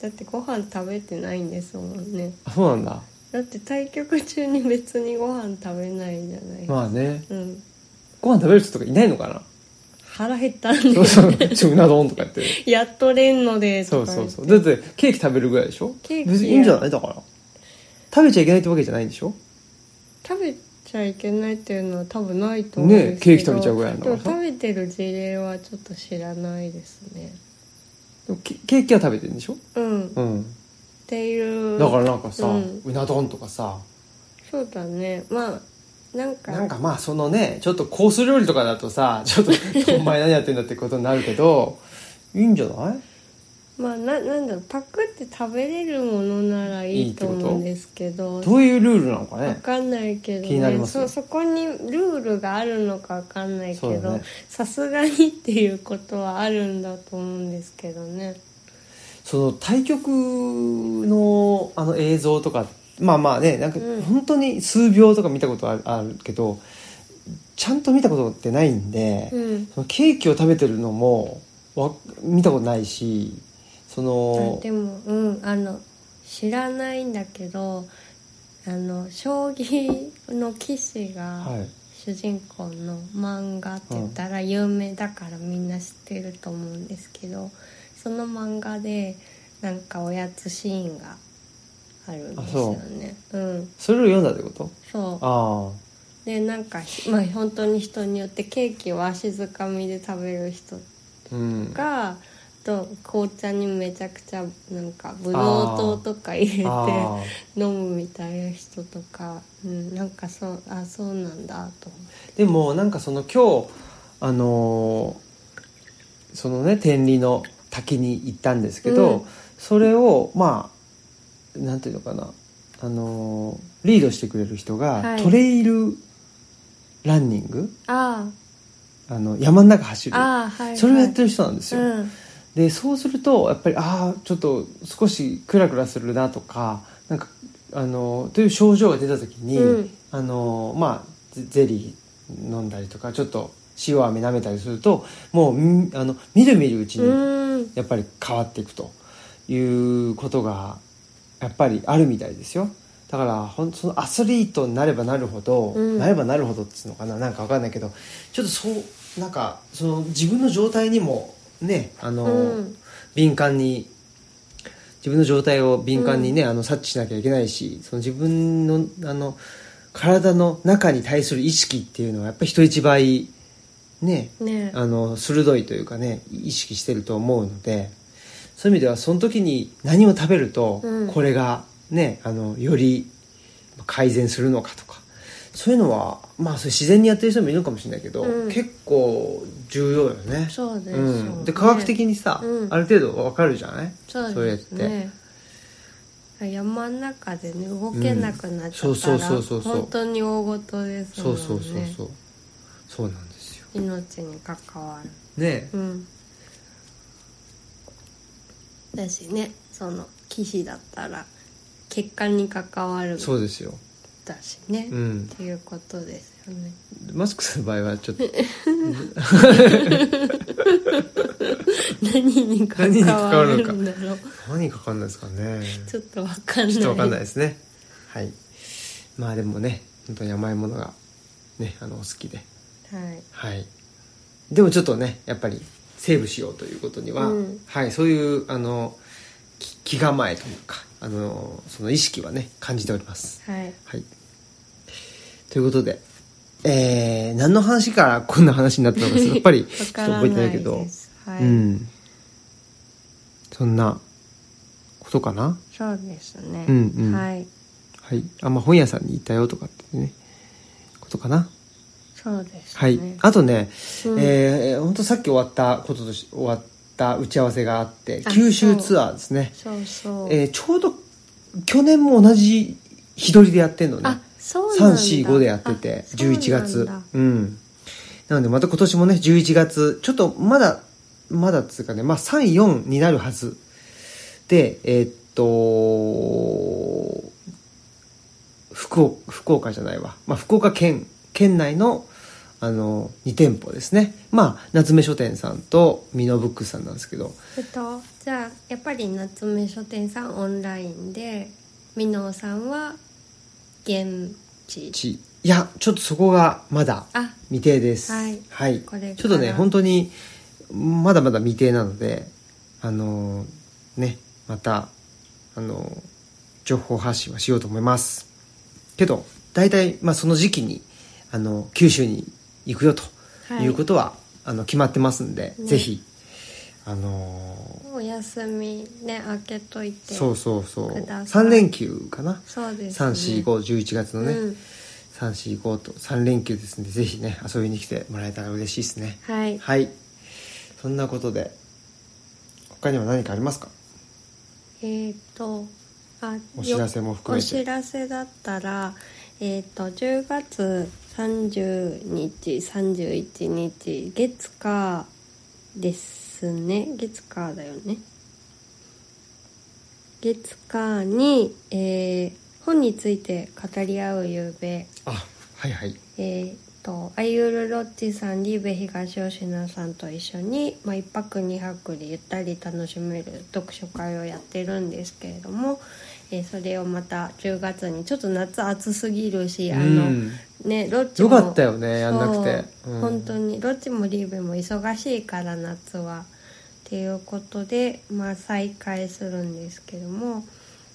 Speaker 2: だってご飯食べてないんですもんね
Speaker 1: あそうなんだ
Speaker 2: だって対局中に別にご飯食べないじゃない、
Speaker 1: まあね
Speaker 2: うん
Speaker 1: ご飯食べる人とかいないのかな
Speaker 2: 腹減ったんで
Speaker 1: そうそうちょうな丼とか言って
Speaker 2: やっとれんので
Speaker 1: そ
Speaker 2: と
Speaker 1: う
Speaker 2: か
Speaker 1: そ
Speaker 2: 言っ
Speaker 1: う
Speaker 2: て
Speaker 1: そうだってケーキ食べるぐらいでしょ
Speaker 2: ケーキ
Speaker 1: 別にいいんじゃないだから食べちゃいけないってわけじゃないんでしょ
Speaker 2: 食べちゃいけないっていうのは多分ないと思うんですけど
Speaker 1: ねケーキ食べちゃうぐらいなんだ
Speaker 2: で
Speaker 1: から
Speaker 2: も食べてる事例はちょっと知らないですね
Speaker 1: でもケケーキは食べてるんでしょ
Speaker 2: うん、っ
Speaker 1: うん
Speaker 2: ていう
Speaker 1: だからなんかさ、
Speaker 2: う
Speaker 1: うんな丼とかさ
Speaker 2: そうだねまあなんか
Speaker 1: なんかまあそのねちょっとコース料理と
Speaker 2: [LAUGHS]
Speaker 1: かだとさちょっとお前何やってんだってことになるけどいいんじゃない
Speaker 2: まあななんだろうパクって食べれるものならいいと
Speaker 1: いいってこと
Speaker 2: 思うんですけど
Speaker 1: どういうルールなのか
Speaker 2: わ
Speaker 1: ね
Speaker 2: かんないけど、ね、
Speaker 1: 気になりますね
Speaker 2: そそこにルールがあるのかわかんない
Speaker 1: そ
Speaker 2: け
Speaker 1: うだ
Speaker 2: ど
Speaker 1: ね
Speaker 2: さすがにっていうことはあるんだと思うんですけどね
Speaker 1: その対局のあの映像とかまあまあねなんか
Speaker 2: うん
Speaker 1: 本当に数秒とか見たことあるあるけどちゃんと見たことってないんで、
Speaker 2: うん
Speaker 1: そのケーキを食べてるのもわ見たことないしそ
Speaker 2: あ
Speaker 1: の
Speaker 2: でもうんあの知らないんだけどあの将棋の棋士が
Speaker 1: はい
Speaker 2: 主人公の漫画って言ったら有名だからみんな知ってると思うんですけどその漫画でなんかおやつシーンがあるんですよね。うん、
Speaker 1: それを読んだってこと
Speaker 2: そう
Speaker 1: ああ
Speaker 2: でなんかひ [LAUGHS] まあ本当に人によってケーキは静かみで食べる人
Speaker 1: うん
Speaker 2: が、あと紅茶にめちゃくちゃなんかブドウ糖とか入れて
Speaker 1: あ
Speaker 2: 飲むみたいな人とか、うん、なんかそうあそうなんだと思って
Speaker 1: ーでもなんかその今日あのーそのね天理の滝に行ったんですけど、
Speaker 2: うん
Speaker 1: それをまあなんていうのかなあのーリードしてくれる人が、
Speaker 2: はい
Speaker 1: トレイルランニング
Speaker 2: あ
Speaker 1: あの山の中走
Speaker 2: あ
Speaker 1: る
Speaker 2: ああはい、はい、
Speaker 1: それをやってる人なんですよ、
Speaker 2: うん
Speaker 1: でそうするとやっぱりああちょっと少しクラクラするなとかなんかあのという症状が出た時に、
Speaker 2: うん
Speaker 1: あのまあゼゼリー飲んだりとかちょっと塩飴舐めたりするともうみあのみるみるうちに
Speaker 2: うん
Speaker 1: やっぱり変わっていくということがやっぱりあるみたいですよ。だからほんそのアスリートになればなるほど、
Speaker 2: うん
Speaker 1: なればなるほどっつうのかななんかわかんないけどちょっとそうなんかその自分の状態にもねあの、
Speaker 2: うん
Speaker 1: 敏感に自分の状態を敏感にね、あの察知しなきゃいけないしその自分のあの体の中に対する意識っていうのはやっぱり人一倍ね
Speaker 2: ね
Speaker 1: あの鋭いというかね意識してると思うのでそういう意味ではその時に何を食べると
Speaker 2: うん
Speaker 1: これがね、あのより改善するのかとかそういうのはまあそれ自然にやってる人もいるのかもしれないけど、
Speaker 2: うん
Speaker 1: 結構重要よね。
Speaker 2: そうですよね、
Speaker 1: うん、で科学的にさ、
Speaker 2: うん
Speaker 1: ある程度わかるじゃない
Speaker 2: そうです
Speaker 1: それって
Speaker 2: ね山の中でね動けなくなっちゃ
Speaker 1: うん
Speaker 2: った
Speaker 1: そうそう
Speaker 2: ら
Speaker 1: そうそうそう
Speaker 2: 本当に大事です
Speaker 1: そ
Speaker 2: もん
Speaker 1: うそ
Speaker 2: ね
Speaker 1: うそうそうそうなんですよ
Speaker 2: 命に関わ
Speaker 1: ね
Speaker 2: る
Speaker 1: え
Speaker 2: うんだしねその騎士だったら結果に関わる
Speaker 1: そうですよ
Speaker 2: だしね、
Speaker 1: うん
Speaker 2: っていうことですよね [LAUGHS]
Speaker 1: マスクさんの場合はちょっと
Speaker 2: 何に関
Speaker 1: 何に関わ
Speaker 2: わ
Speaker 1: る
Speaker 2: る
Speaker 1: のか
Speaker 2: んだろう
Speaker 1: 何かかんないですかね
Speaker 2: ちょっとわかんない
Speaker 1: ちょっとわかんないですね [LAUGHS] はいまあでもね本当に甘いものがねあのお好きで
Speaker 2: はい
Speaker 1: はいでもちょっとねやっぱりセーブしようということには、
Speaker 2: うん
Speaker 1: はいそういうあのき気構えというかあのその意識はね感じております
Speaker 2: はい
Speaker 1: はい。ということで、えー、何の話からこんな話になったのか、 [LAUGHS] やっぱりちょっ
Speaker 2: わ
Speaker 1: と
Speaker 2: から
Speaker 1: 覚えてないけど、
Speaker 2: ですはい、
Speaker 1: うん。そんなことかな
Speaker 2: そうですね、
Speaker 1: うんうん
Speaker 2: はい
Speaker 1: はい。あ、まあ、本屋さんに行ったよとかってね、ことかな
Speaker 2: そうですね
Speaker 1: はい。あとね、
Speaker 2: うん
Speaker 1: えー、本当さっき終わったこととし、終わった打ち合わせがあって、
Speaker 2: あ
Speaker 1: 九州ツアーですね。
Speaker 2: そうそう、
Speaker 1: えー、ちょうど去年も同じ日取りでやってんのね。
Speaker 2: あそうなんだ
Speaker 1: 345でやってて11
Speaker 2: あそう
Speaker 1: 月
Speaker 2: なんだ
Speaker 1: うんなのでまた今年もね11月ちょっとまだまだっつうかねまあ34になるはずでえーっと福岡福岡じゃないわ、まあ、福岡県県内のあの2店舗ですねまあ夏目書店さんとミノブックスさんなんですけど
Speaker 2: えっとじゃあやっぱり夏目書店さんオンラインでみのうさんは現地
Speaker 1: ちいやちょっとそこがまだ
Speaker 2: あ
Speaker 1: 未定です。
Speaker 2: はいこれから
Speaker 1: ちょっとね、本当に、まだまだ未定なので、あのーね、また、あのー情報発信はしようと思います。けど、大体、まあ、その時期に、あの、九州に行くよと
Speaker 2: はい
Speaker 1: いうことは、あの、決まってますんで、
Speaker 2: ね
Speaker 1: ぜひ、あの
Speaker 2: お休みね開けといて
Speaker 1: ーそうそうそう、
Speaker 2: ください
Speaker 1: 3連休かな。
Speaker 2: そうです、ね、
Speaker 1: 3、4、5、11月のね、
Speaker 2: うん
Speaker 1: 3、4、5と3連休ですんで、ぜひね、遊びに来てもらえたら嬉しいですね。
Speaker 2: はい
Speaker 1: はい。そんなことで、他には何かありますか
Speaker 2: えっ、とあ
Speaker 1: お知らせも含めて
Speaker 2: お知らせだったら、えっと10月30日31日月火ですね月火だよね月火に、えー本について語り合う夕べ
Speaker 1: あはいはい
Speaker 2: えー、とアイユル・ロッチさんリーベ東吉野さんと一緒に、まあ、1泊2泊でゆったり楽しめる読書会をやってるんですけれども、えーそれをまた10月にちょっと夏暑すぎるしあの、
Speaker 1: うん
Speaker 2: ねロッチ
Speaker 1: よ
Speaker 2: も
Speaker 1: かったよねやんなくて
Speaker 2: そう
Speaker 1: うん
Speaker 2: 本当にロッチもリーベも忙しいから夏はっていうことで、まあ、再開するんですけども、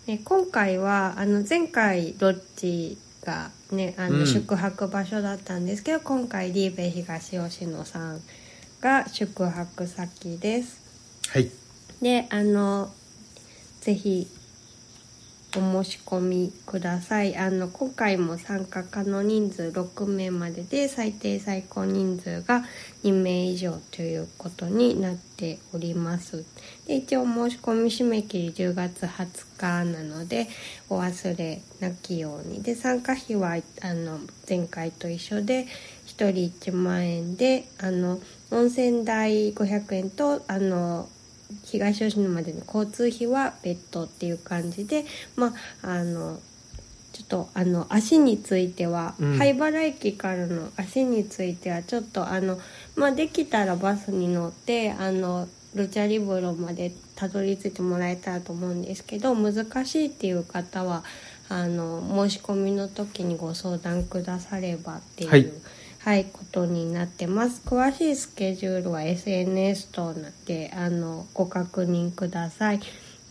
Speaker 2: ね、今回はあの前回ロッチが、ね、あ
Speaker 1: う
Speaker 2: の
Speaker 1: ん
Speaker 2: 宿泊場所だったんですけど、今回リーベ東吉野さんが宿泊先です。
Speaker 1: はい
Speaker 2: であのぜひお申し込みくださいあの今回も参加可能人数6名までで最低最高人数が2名以上ということになっておりますで一応申し込み締め切り10月20日なのでお忘れなきようにで参加費はあの前回と一緒で1人1万円であの温泉代500円とあの東吉野までの交通費は別途っていう感じでまああのちょっとあの足については、
Speaker 1: うん
Speaker 2: 灰原駅からの足についてはちょっとあの、まあ、できたらバスに乗ってあのルチャリブロまでたどり着いてもらえたらと思うんですけど難しいっていう方はあの申し込みの時にご相談くださればっていう、
Speaker 1: はい
Speaker 2: はい、ことになってます。詳しいスケジュールは SNS 等であのご確認ください。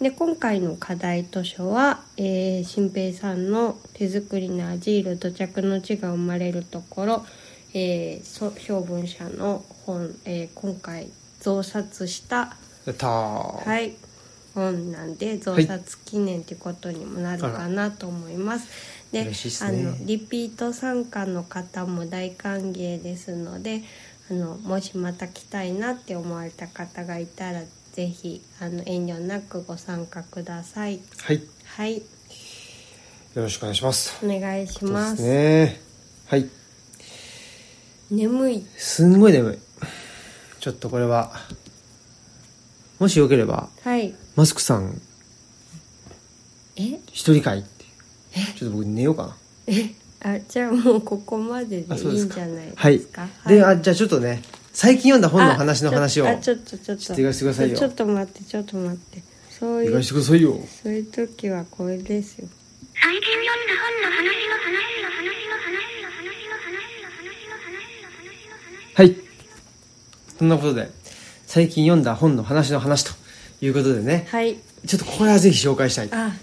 Speaker 2: で、今回の課題図書は、えー、新平さんの手作りのアジール土着の地が生まれるところ、えー、そ評文社の本、えー今回増刷した、
Speaker 1: やったー
Speaker 2: はい、本なんで増刷記念ということにもなるかなと思います。で
Speaker 1: 嬉しいっす
Speaker 2: あ
Speaker 1: ね
Speaker 2: のリピート参加の方も大歓迎ですのであのもしまた来たいなって思われた方がいたらぜひあの遠慮なくご参加ください
Speaker 1: はい
Speaker 2: はい
Speaker 1: よろしくお願いします
Speaker 2: お願いし
Speaker 1: そうで
Speaker 2: ます
Speaker 1: すねはい
Speaker 2: 眠い
Speaker 1: すんごい眠いちょっとこれはもしよければ
Speaker 2: はい
Speaker 1: マスクさん
Speaker 2: え [LAUGHS]
Speaker 1: 一人会っていうちょっと僕寝ようかな
Speaker 2: あじゃあもうここまでで
Speaker 1: あ
Speaker 2: い
Speaker 1: そうで
Speaker 2: い
Speaker 1: す
Speaker 2: ん
Speaker 1: か
Speaker 2: じゃない
Speaker 1: はい
Speaker 2: ですか
Speaker 1: であじゃあちょっとね最近読んだ本の話の話を
Speaker 2: あちょっとちょっとちょ
Speaker 1: してくださいよ
Speaker 2: ちょっと待ってちょっと待ってそうい
Speaker 1: 言わ
Speaker 2: う
Speaker 1: せてくださいよ
Speaker 2: そういう時はこれですよ
Speaker 3: 最近読んだ本の話の話の話の話の話の話の話の話の話の話
Speaker 1: はいそんなことで最近読んだ本の話の話ということでね
Speaker 2: はい
Speaker 1: ちょっとこれはぜひ紹介したい
Speaker 2: あ、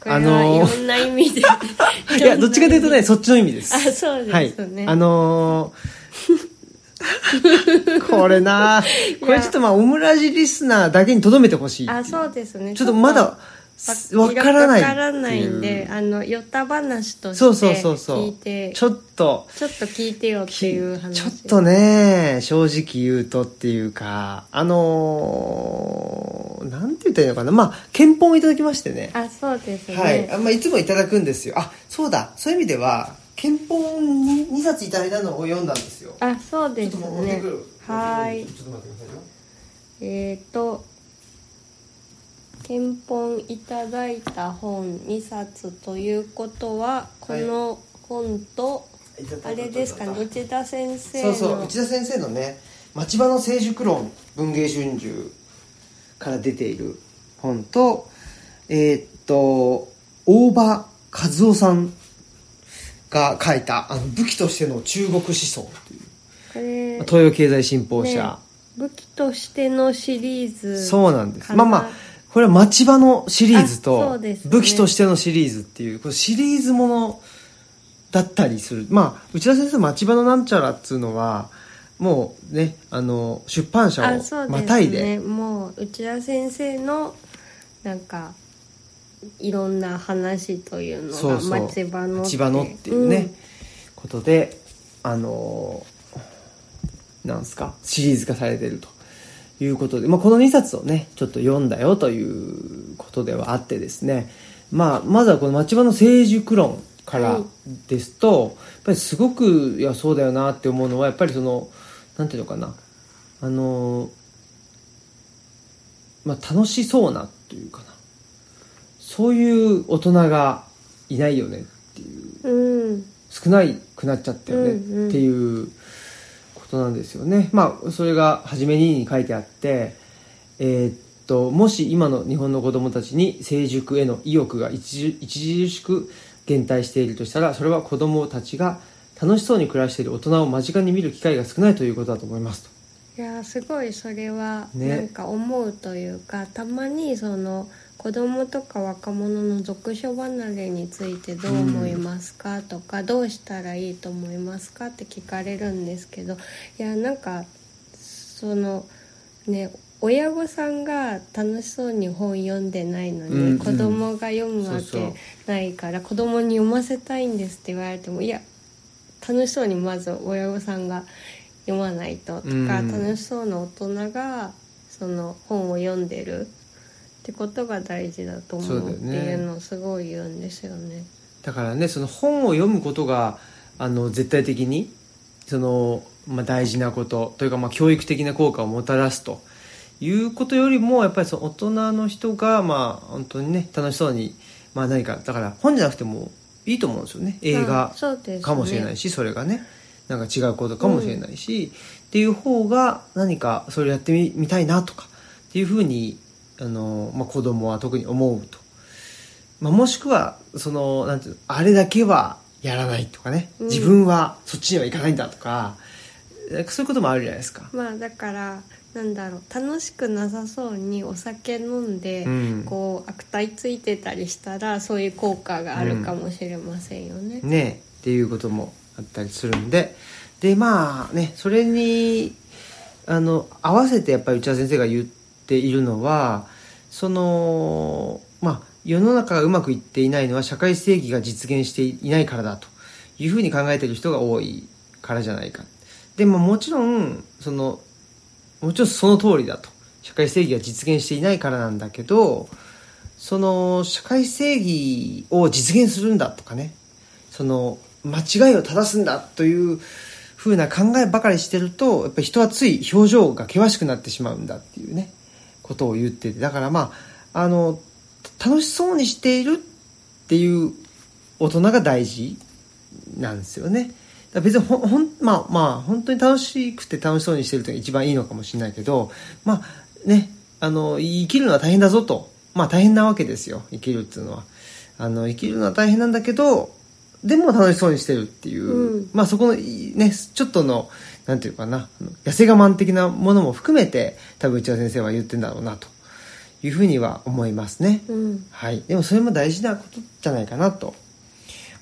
Speaker 2: これ
Speaker 1: あ
Speaker 2: は
Speaker 1: のー
Speaker 2: いろんな意味で。
Speaker 1: [LAUGHS] いやどっちかというとね
Speaker 2: う。
Speaker 1: そっちの意味です
Speaker 2: あそうですね
Speaker 1: はい、あのー [LAUGHS] これなこれちょっとまあオムラジリスナーだけにとどめてほしい
Speaker 2: [LAUGHS] あ、そうですね。
Speaker 1: ちょっとまだ
Speaker 2: ちょ
Speaker 1: わ
Speaker 2: っと
Speaker 1: からないっていう
Speaker 2: わからないんで、あの、よった話として
Speaker 1: そうそうそうそう
Speaker 2: 聞いて、ち
Speaker 1: ちょっと
Speaker 2: ょっと聞いてよっていう話。
Speaker 1: ちょっとね正直言うとっていうかあのーなんて言ったらいいのかなまあ検本をいただきましてね
Speaker 2: あ、そうですね。
Speaker 1: はいあ、まあ、いつもいただくんですよあそうだそういう意味では検本に 2, 冊いただいたのを読んだんですよ
Speaker 2: あ、そうです
Speaker 1: ちょっと持って
Speaker 2: ね
Speaker 1: くる。
Speaker 2: はーい。
Speaker 1: ちょっと待ってくださいよ
Speaker 2: えー、と検本いただいた本2冊ということはこの本と、
Speaker 1: いただいた
Speaker 2: あれですかね内田先生
Speaker 1: そ
Speaker 2: の
Speaker 1: うそう内田先生のね「町場の成熟論文芸春秋」から出ている本とえーっと大場和夫さんが書いた「あの武器としての中国思想」という
Speaker 2: これ
Speaker 1: 東洋経済新報社
Speaker 2: ね、武器としてのシリーズ
Speaker 1: そうなんです
Speaker 2: か
Speaker 1: まあまあこれは町場のシリーズ
Speaker 2: あそ
Speaker 1: と
Speaker 2: うですね
Speaker 1: 武器としてのシリーズっていうこれシリーズものだったりするまあ内田先生町場のなんちゃらっつうのはもうねあの出版社
Speaker 2: あ
Speaker 1: を
Speaker 2: そうですね
Speaker 1: またいで
Speaker 2: もう内田先生のなんかいろんな話というのが
Speaker 1: そうそう
Speaker 2: 町場の
Speaker 1: 千葉のっていうね、ことであのーなんすかシリーズ化されてるということで、まあ、この2冊をねちょっと読んだよということではあってですね、まあ、まずはこの「町場の成熟論」からですと、やっぱりすごくいやそうだよなって思うのはやっぱりそのなんていうのかなあの、まあ、楽しそうなというかなそういう大人がいないよねっていう
Speaker 2: うん
Speaker 1: 少ないくなっちゃったよね
Speaker 2: うんうん
Speaker 1: っていうことなんですよね。まあそれが初めに書いてあって、えーっともし今の日本の子供たちに成熟への意欲が著著しく減退しているとしたらそれは子供たちが楽しそうに暮らしている大人を間近に見る機会が少ないということだと思いますと。
Speaker 2: いやーすごいそれは
Speaker 1: ね
Speaker 2: なんか思うというか、たまにその子供とか若者の読書離れについてどう思いますかとか、どうしたらいいと思いますかって聞かれるんですけどいやなんかそのね親御さんが楽しそうに本読んでないのに、
Speaker 1: うんうん
Speaker 2: 子供が読む
Speaker 1: そ
Speaker 2: わ
Speaker 1: うそう
Speaker 2: けないから子供に読ませたいんですって言われてもいや楽しそうにまず親御さんが読まないととか、
Speaker 1: うん
Speaker 2: 楽しそうな大人がその本を読んでるってことが大事だと思
Speaker 1: そうだ
Speaker 2: うっ
Speaker 1: よ
Speaker 2: て
Speaker 1: ね
Speaker 2: いうのをすごい言うんですよね。
Speaker 1: だからねその本を読むことがあの絶対的にその、まあ、大事なことというか、まあ、教育的な効果をもたらすということよりもやっぱりその大人の人が、まあ、本当にね楽しそうに、まあ、何かだから本じゃなくてもいいと思うんですよね映
Speaker 2: まあ
Speaker 1: 画
Speaker 2: そうですね
Speaker 1: かもしれないし、それがねなんか違うことかもしれないし、っていう方が何かそれをやってみみたいなとかっていうふうにあの、まあ、子供は特に思うと、まあ、もしくはそのなんていうのあれだけはやらないとかね
Speaker 2: うん
Speaker 1: 自分はそっちには行かないんだとか、なんかそういうこともあるじゃないですか。
Speaker 2: まあだからなんだろう楽しくなさそうにお酒飲んで、
Speaker 1: うん
Speaker 2: こう悪態ついてたりしたらそういう効果があるかもしれませんよね。
Speaker 1: ねっていうこともあったりするんででまあねそれにあの合わせてやっぱり内田先生が言っているのはそのまあ世の中がうまくいっていないのは社会正義が実現していないからだというふうに考えている人が多いからじゃないか。でまあ、もちろんそのもちろんその通りだと社会正義が実現していないからなんだけどその社会正義を実現するんだとかねその間違いを正すんだという風な考えばかりしてるとやっぱり人はつい表情が険しくなってしまうんだっていうねことを言っててだからまああの楽しそうにしているっていう大人が大事なんですよね。だから別にほんほんまあまあ本当に楽しくて楽しそうにしてるというのが一番いいのかもしれないけどまあねあの生きるのは大変だぞとまあ大変なわけですよ生きるっていうのはあの生きるのは大変なんだけどでも楽しそうにしてるっていう、
Speaker 2: うん
Speaker 1: まあそこのいねちょっとのなんていうかなあの痩せ我慢的なものも含めて多分内田先生は言ってんだろうなというふうには思いますね。
Speaker 2: うん
Speaker 1: はい、でもそれも大事なことじゃないかなと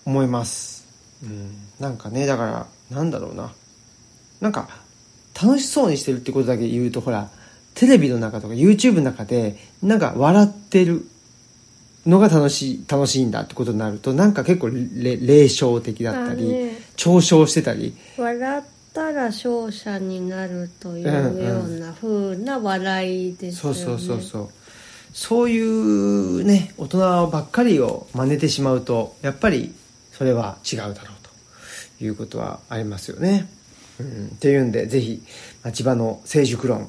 Speaker 1: 思います、うん、なんかねだからなんだろうななんか楽しそうにしてるってことだけ言うとほらテレビの中とか YouTube の中でなんか笑ってるのが楽しい楽しいんだってことになるとなんか結構れ霊障的だったり、
Speaker 2: あね
Speaker 1: 嘲笑してたり
Speaker 2: 笑ったら勝者になるというような風な笑いです
Speaker 1: そ
Speaker 2: よ
Speaker 1: う
Speaker 2: ね。
Speaker 1: そうそうそうそういうね大人ばっかりを真似てしまうとやっぱりそれは違うだろうということはありますよね。うん、っていうんでぜひ千葉の成熟論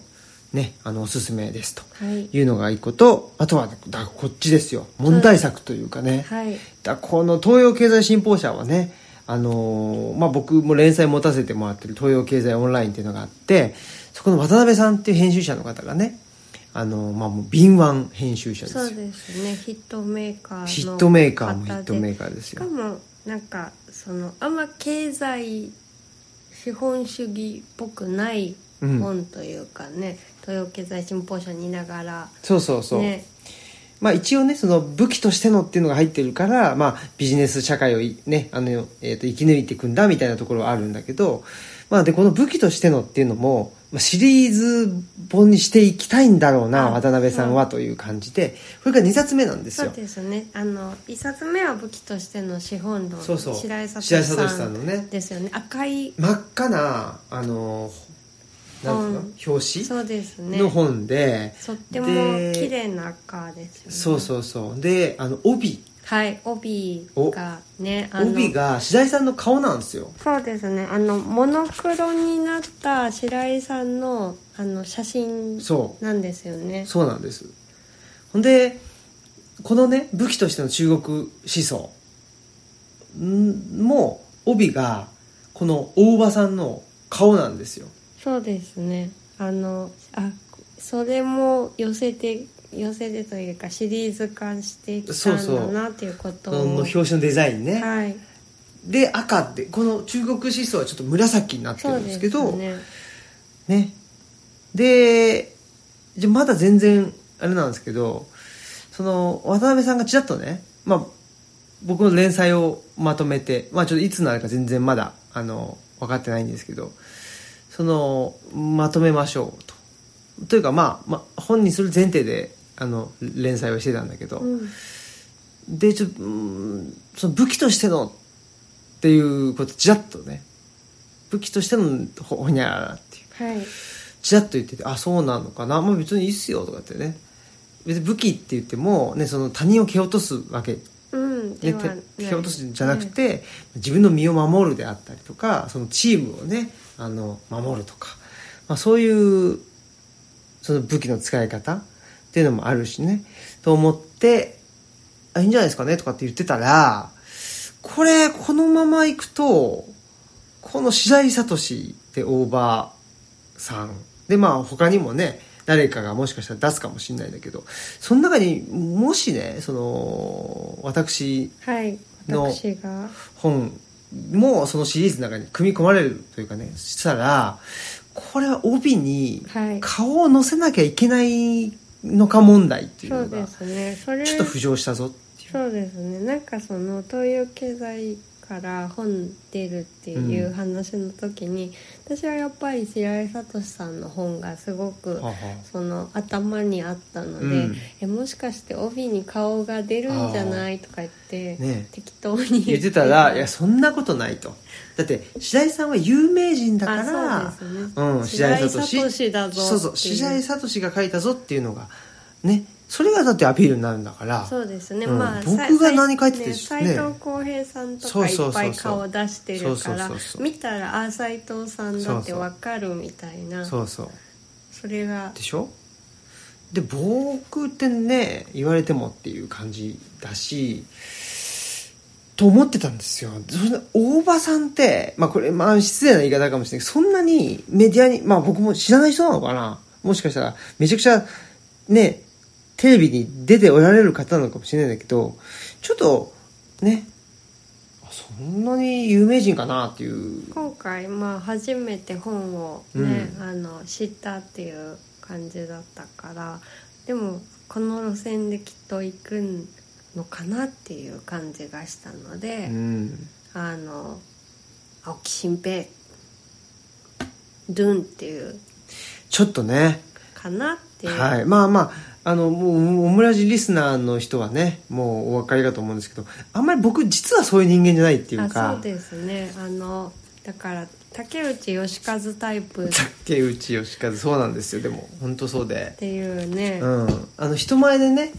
Speaker 1: ねあのおすすめですと
Speaker 2: はい
Speaker 1: いうのが一個とあとはだこっちですよ問題作というかね、
Speaker 2: はい
Speaker 1: だこの東洋経済新報社はね、あのーまあ、僕も連載持たせてもらってる東洋経済オンラインっていうのがあってそこの渡辺さんっていう編集者の方がね、あのーまあ、もう敏腕編集者ですよ
Speaker 2: そうですねヒットメーカーの方で
Speaker 1: ヒットメーカーもヒットメーカーです
Speaker 2: し
Speaker 1: よ
Speaker 2: かもなんかそのあんま経済資本主義っぽくない
Speaker 1: うん
Speaker 2: 本というかね、東洋経済新報社にいながら
Speaker 1: そうそうそう、
Speaker 2: ね
Speaker 1: まあ、一応ねその武器としてのっていうのが入ってるから、まあ、ビジネス社会をい、ねあのえー、と生き抜いていくんだみたいなところはあるんだけど、まあ、でこの武器としてのっていうのもまあシリーズ本にしていきたいんだろうな
Speaker 2: うん
Speaker 1: 渡辺さんはという感じでこれが2冊目なんです
Speaker 2: そう
Speaker 1: よ。
Speaker 2: ですねあの一冊目は武器としての資本論
Speaker 1: そうそう
Speaker 2: 白井聡
Speaker 1: 白井聡さ
Speaker 2: さ
Speaker 1: んの
Speaker 2: ん
Speaker 1: ね
Speaker 2: ですよね赤い
Speaker 1: 真っ赤なあのなんですか表紙
Speaker 2: そうですね
Speaker 1: の本で、
Speaker 2: とっても
Speaker 1: で
Speaker 2: 綺麗な赤ですよね
Speaker 1: そうそうそうであの帯
Speaker 2: はい帯がねあの
Speaker 1: 帯が白井さんの顔なんですよ
Speaker 2: そうですねあのモノクロになった白井さんのあの写真
Speaker 1: そう
Speaker 2: なんですよね
Speaker 1: そうなんですほんでこのね武器としての中国思想んも帯がこの大場さんの顔なんですよ
Speaker 2: そうですねあのあそれも寄せて寄せてというかシリーズ化してきた
Speaker 1: そうそうん
Speaker 2: だなっていうこと
Speaker 1: こ
Speaker 2: を
Speaker 1: の表紙のデザインね、
Speaker 2: はい
Speaker 1: で赤ってこの中国思想はちょっと紫になって
Speaker 2: そ
Speaker 1: る
Speaker 2: うん
Speaker 1: で
Speaker 2: ですす
Speaker 1: けど
Speaker 2: ね
Speaker 1: ねでじゃあまだ全然あれなんですけどその渡辺さんがちらっとね、まあ、僕の連載をまとめて、まあ、ちょっといつのあれか全然まだあの分かってないんですけどそのまとめましょうと。というか、まあ、まあ本にする前提であの連載をしてたんだけど、
Speaker 2: うん
Speaker 1: でちょっとうーんその武器としてのっていうことちらっとね武器としてのほほにゃららっていう。
Speaker 2: はい
Speaker 1: ちらっと言ってて「あそうなのかな、まあ、別にいいっすよ」とかってね別に武器って言っても、ね、その他人を蹴落とすわけ、ね、
Speaker 2: うん
Speaker 1: て
Speaker 2: ではない
Speaker 1: 蹴落とすじゃなくて、自分の身を守るであったりとかそのチームをねあの守るとか、まあ、そういうその武器の使い方っていうのもあるしねと思って「あいいんじゃないですかね」とかって言ってたらこれこのままいくとこの白井聡ってオーバーさんでまあ他にもね誰かがもしかしたら出すかもしれないんだけどその中にもしねその私
Speaker 2: はい
Speaker 1: の
Speaker 2: 私が
Speaker 1: 本もそのシリーズの中に組み込まれるというかねしたらこれは帯に
Speaker 2: はい
Speaker 1: 顔を載せなきゃいけないのか問題っていう
Speaker 2: そう
Speaker 1: の
Speaker 2: で
Speaker 1: が
Speaker 2: すねそれ
Speaker 1: ちょっと浮上したぞっていう
Speaker 2: そうですねなんかその東洋経済から本出るっていう話の時に、私はやっぱり白井聡さんの本がすごく
Speaker 1: はあはあ
Speaker 2: その頭にあったので、
Speaker 1: うん
Speaker 2: えもしかして帯に顔が出るんじゃないとか言っ
Speaker 1: ね
Speaker 2: て、
Speaker 1: え
Speaker 2: 適当に
Speaker 1: 言ってたら「いやそんなことない」とだって白井さんは有名人だか
Speaker 2: あ
Speaker 1: ら
Speaker 2: そうですね
Speaker 1: うん、白井聡
Speaker 2: 白井聡だぞ
Speaker 1: そうそう
Speaker 2: っていう
Speaker 1: 白井聡が書いたぞっていうのがねそれがだってアピールになるんだから
Speaker 2: そうですね、
Speaker 1: うん
Speaker 2: まあ
Speaker 1: 僕が
Speaker 2: さい
Speaker 1: 何書いてて
Speaker 2: ね
Speaker 1: ね
Speaker 2: 斎、藤浩平さんと
Speaker 1: そう
Speaker 2: かい
Speaker 1: そうそうそ
Speaker 2: っ
Speaker 1: う
Speaker 2: ぱい顔出してるか
Speaker 1: そうそうそう
Speaker 2: ら
Speaker 1: そう
Speaker 2: 見たらあ斎藤さんだってわかるみたいなそ
Speaker 1: そうそう
Speaker 2: れが
Speaker 1: でしょで僕ってね言われてもっていう感じだしと思ってたんですよそれで大場さんって、まあ、これ、まあ、失礼な言い方かもしれないけどそんなにメディアに、まあ、僕も知らない人なのかなもしかしたらめちゃくちゃねテレビに出ておられる方なのかもしれないんだけどちょっとねあそんなに有名人かなっていう
Speaker 2: 今回まあ初めて本をね、あの知ったっていう感じだったからでもこの路線できっと行くのかなっていう感じがしたので、
Speaker 1: うん
Speaker 2: あの青木新平ドゥンっていう
Speaker 1: ちょっとね
Speaker 2: かなっていう。
Speaker 1: はい、まあまああのもうオムラジリスナーの人はねもうお分かりかと思うんですけどあんまり僕実はそういう人間じゃないっていう
Speaker 2: あ
Speaker 1: か
Speaker 2: そうですねあのだから竹内義和タイプっ
Speaker 1: 竹内義和そうなんですよでも本当そうで、
Speaker 2: ていうね、
Speaker 1: うん、あの人前でね、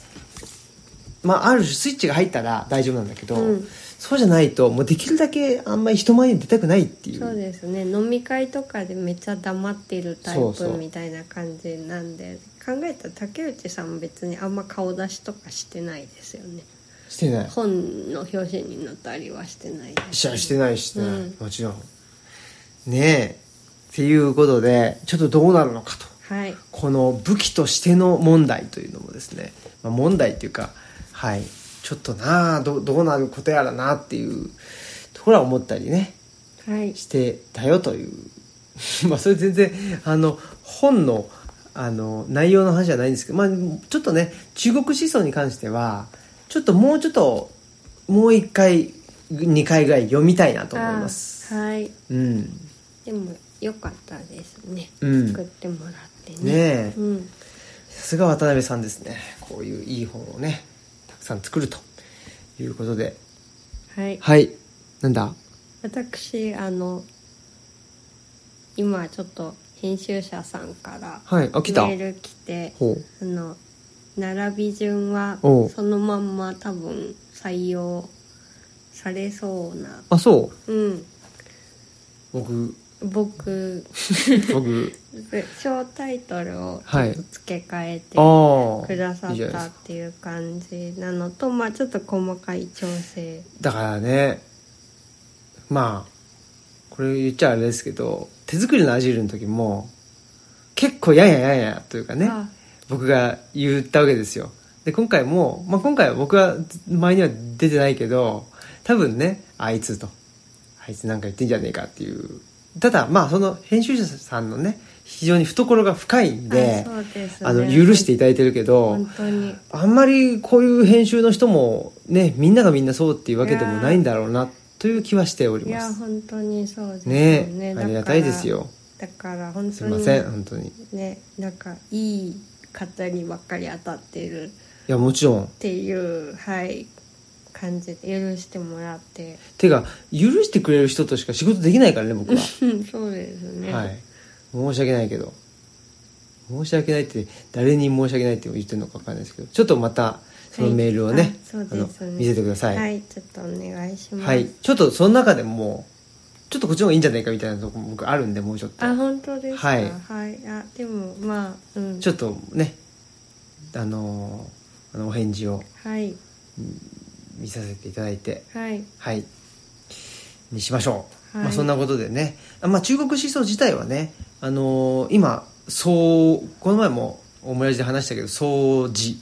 Speaker 1: まあ、ある種スイッチが入ったら大丈夫なんだけど、
Speaker 2: うん
Speaker 1: そうじゃないともうできるだけあんまり人前に出たくないっていう
Speaker 2: そうですね飲み会とかでめっちゃ黙ってるタイ
Speaker 1: そうそう
Speaker 2: プみたいな感じなんで考えたら竹内さんも別にあんま顔出しとかしてないですよね
Speaker 1: してない
Speaker 2: 本の表紙に載ったりはしてないです
Speaker 1: ししてないしてない、
Speaker 2: うん
Speaker 1: もちろんねえっていうことでちょっとどうなるのかと
Speaker 2: はい
Speaker 1: この武器としての問題というのもですね、まあ、問題というか、はい、ちょっとなあどどうなることやらなっていうところは思ったりね
Speaker 2: はい
Speaker 1: してたよという [LAUGHS] まあそれ全然あの本のあの内容の話じゃないんですけど、まあ、ちょっとね中国思想に関してはちょっともうちょっともう一回二回ぐらい読みたいなと思います。
Speaker 2: あはい
Speaker 1: うん、
Speaker 2: でも良かったですね、
Speaker 1: うん
Speaker 2: 作ってもらって
Speaker 1: ね
Speaker 2: ね
Speaker 1: え
Speaker 2: うん
Speaker 1: さすが渡辺さんですねこういういい本をねたくさん作るということで
Speaker 2: はい
Speaker 1: はいなんだ
Speaker 2: 私あの今ちょっと編集者さんから
Speaker 1: はいあ来た
Speaker 2: メール来て
Speaker 1: ほう
Speaker 2: あの並び順は
Speaker 1: おう
Speaker 2: そのまんま多分採用されそうな
Speaker 1: あそう
Speaker 2: うん
Speaker 1: 僕
Speaker 2: 僕 [LAUGHS]
Speaker 1: 僕
Speaker 2: 小タイトルを
Speaker 1: はい
Speaker 2: 付け替えて
Speaker 1: ああ
Speaker 2: くださ
Speaker 1: いい
Speaker 2: っ
Speaker 1: じゃないで
Speaker 2: た
Speaker 1: すか
Speaker 2: っていう感じなのとまあちょっと細かい調整
Speaker 1: だからねまあこれ言っちゃあれですけど手作りのアジールの時も結構やんややんやというかね
Speaker 2: が
Speaker 1: 僕が言ったわけですよで今回も、まあ、今回は僕は前には出てないけど多分ねあいつとあいつなんか言ってんじゃねえかっていうただまあその編集者さんのね非常に懐が深いんで
Speaker 2: あそうです、ね、
Speaker 1: あの許していただいてるけど
Speaker 2: 本当に
Speaker 1: あんまりこういう編集の人もねみんながみんなそうっていうわけでもないんだろうなという気はしており
Speaker 2: い
Speaker 1: ま
Speaker 2: や
Speaker 1: す
Speaker 2: 本当にそうですよ
Speaker 1: ね
Speaker 2: ね
Speaker 1: ありがたいですよ
Speaker 2: だからだから本
Speaker 1: す
Speaker 2: 当
Speaker 1: い
Speaker 2: に
Speaker 1: ません本当にい
Speaker 2: ねなんかいい方にばっかり当たってる
Speaker 1: やもちろん
Speaker 2: っていうはい感じで許してもらって [LAUGHS]
Speaker 1: てか許してくれる人としか仕事できないからね僕は、
Speaker 2: うんそうです [LAUGHS] ね
Speaker 1: はい申し訳ないけど申し訳ないって誰に申し訳ないって言ってるのか分かんないですけどちょっとまたそのメールをね,、
Speaker 2: あそうですね
Speaker 1: 見せてください、
Speaker 2: はいちょっとお願いします、
Speaker 1: はい、ちょっとその中でもちょっとこっちの方がいいんじゃないかみたいなとこ僕あるんでもうちょっと
Speaker 2: あ本当ですか
Speaker 1: は
Speaker 2: はいい、あでもまあうん
Speaker 1: ちょっとねあのーあのお返事を
Speaker 2: はい
Speaker 1: 見させていただいて
Speaker 2: はい
Speaker 1: はいにしましょう、
Speaker 2: はい
Speaker 1: まあ、そんなことでねあまあ、中国思想自体はね、あのー今そうこの前もオムラジで話したけど総じ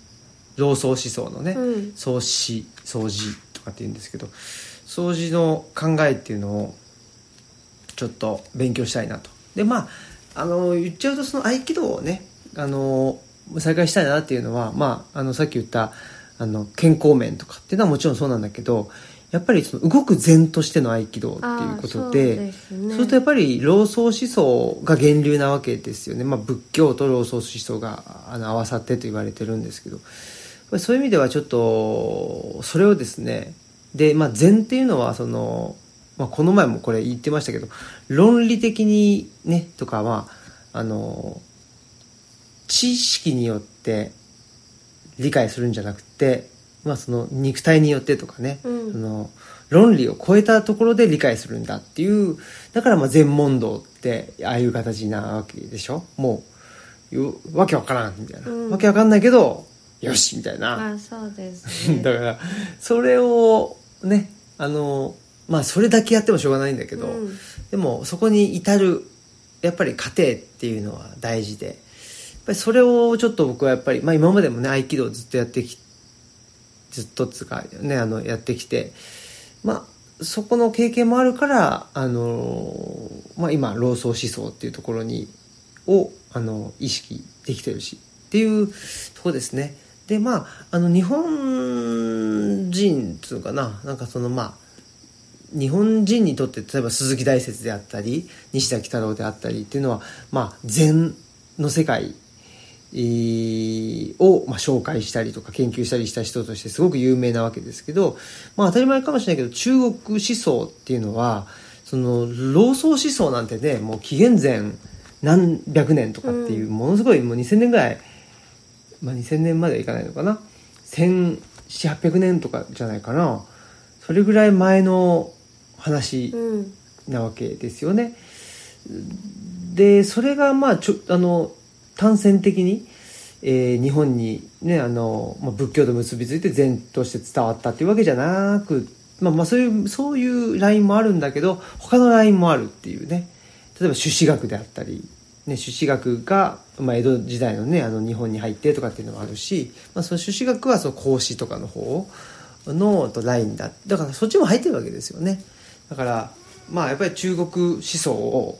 Speaker 1: 老僧思想のね、
Speaker 2: うん
Speaker 1: 創始掃除とかって言うんですけど掃除の考えっていうのをちょっと勉強したいなとでまああの言っちゃうとその合気道をねあの再開したいなっていうのは、まあ、あのさっき言ったあの健康面とかっていうのはもちろんそうなんだけどやっぱりその動く禅としての合気道っていうこと
Speaker 2: あーそうですね
Speaker 1: そうするとやっぱり老僧思想が源流なわけですよね、まあ、仏教と老僧思想があの合わさってと言われてるんですけどまあそういう意味ではちょっとそれをですねで、まあ、禅っていうのはその、まあ、この前もこれ言ってましたけど論理的にねとかはあの知識によって理解するんじゃなくて、まあ、その肉体によってとかね、
Speaker 2: うん
Speaker 1: その論理を超えたところで理解するんだっていうだからまあ全問答ってああいう形なわけでしょもうよわけわからんみたいな、
Speaker 2: うん
Speaker 1: わけわかんないけどよしみたいな、
Speaker 2: あそうです、ね、
Speaker 1: [LAUGHS] だからそれをねあのまあそれだけやってもしょうがないんだけど、
Speaker 2: うん
Speaker 1: でもそこに至るやっぱり過程っていうのは大事でやっぱりそれをちょっと僕はやっぱり、まあ、今までもね合気道をずっとやってきずっとっつうかねあのやってきてまあそこの経験もあるからあの、まあ、今老僧思想っていうところにをあの意識できてるしっていうとこですね。でまああの日本人っつうのかななんかそのまあ日本人にとって例えば鈴木大拙であったり西田喜太郎であったりっていうのは、まあ、禅の世界えーを、まあ、紹介したりとか研究したりした人としてすごく有名なわけですけど、まあ、当たり前かもしれないけど中国思想っていうのはその老僧思想なんてねもう紀元前何百年とかっていう、ものすごいもう2000年ぐらい、まあ、2000年まではいかないのかな1700800年とかじゃないかなそれぐらい前の話
Speaker 2: うん
Speaker 1: なわけですよね。でそれがまあちょあの単線的に、えー日本に、ねあのまあ、仏教と結びついて禅として伝わったっていうわけじゃなく、まあ、まあそういうそういうラインもあるんだけど他のラインもあるっていうね例えば朱子学であったり、ね、朱子学が、まあ、江戸時代の,、ね、あの日本に入ってとかっていうのもあるし、まあ、その朱子学はその孔子とかの方のとラインだだからそっちも入ってるわけですよね。だからまあやっぱり中国思想を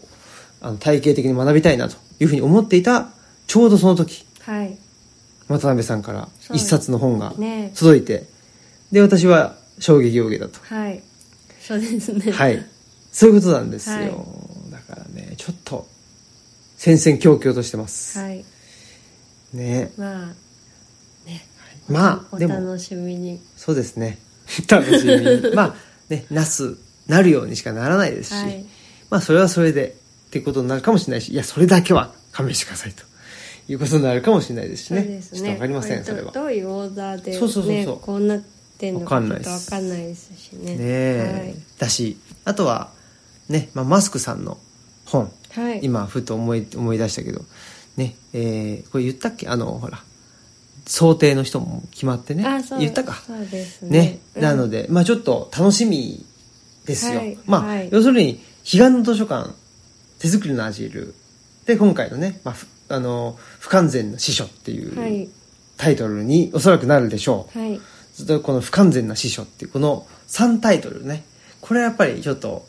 Speaker 1: あの体系的に学びたいなというふうに思っていたちょうどその時
Speaker 2: はい
Speaker 1: 渡辺さんから
Speaker 2: そう
Speaker 1: 一冊の本が
Speaker 2: ね
Speaker 1: 届いて、で私は衝撃を受けたと
Speaker 2: [LAUGHS] はいそうですね
Speaker 1: はいそういうことなんですよ、
Speaker 2: はい
Speaker 1: だからねちょっと戦々恐々としてます、
Speaker 2: はい
Speaker 1: ね
Speaker 2: まあ
Speaker 1: まあ
Speaker 2: お
Speaker 1: でも
Speaker 2: 楽しみに
Speaker 1: そうですね [LAUGHS] 楽しみにまあねなすなるようにしかならないですし、
Speaker 2: はい
Speaker 1: まあそれはそれでっていうことになるかもしれないしいやそれだけは勘弁してくださいということになるかもしれないですし
Speaker 2: そう
Speaker 1: ね
Speaker 2: です
Speaker 1: ちょっとわかりません
Speaker 2: こ
Speaker 1: そ
Speaker 2: れ
Speaker 1: れ
Speaker 2: ど
Speaker 1: は
Speaker 2: どういうオーダーで、ね、
Speaker 1: そうそうそうそう
Speaker 2: こうなってんの
Speaker 1: わか
Speaker 2: か
Speaker 1: ん
Speaker 2: ち
Speaker 1: な
Speaker 2: ょ
Speaker 1: い
Speaker 2: っ
Speaker 1: で
Speaker 2: と
Speaker 1: す
Speaker 2: わかんないですしね
Speaker 1: ねえ、だしあとはね、まあ、マスクさんの本
Speaker 2: はい、はい、
Speaker 1: 今ふと思い思い出したけどねえーこれ言ったっけあのほら想定の人も決まってね
Speaker 2: あそう
Speaker 1: 言ったか
Speaker 2: そうですね
Speaker 1: ね、
Speaker 2: うん
Speaker 1: なのでまあちょっと楽しみですよ、
Speaker 2: はい
Speaker 1: まあ、
Speaker 2: はい
Speaker 1: 要するに彼岸の図書館手作りのアジールで今回のね、まあ、ふあの不完全な司書って
Speaker 2: はいいう
Speaker 1: タイトルにおそらくなるでしょう、
Speaker 2: はい
Speaker 1: それとこの不完全な司書っていうこの3タイトルねこれはやっぱりちょっと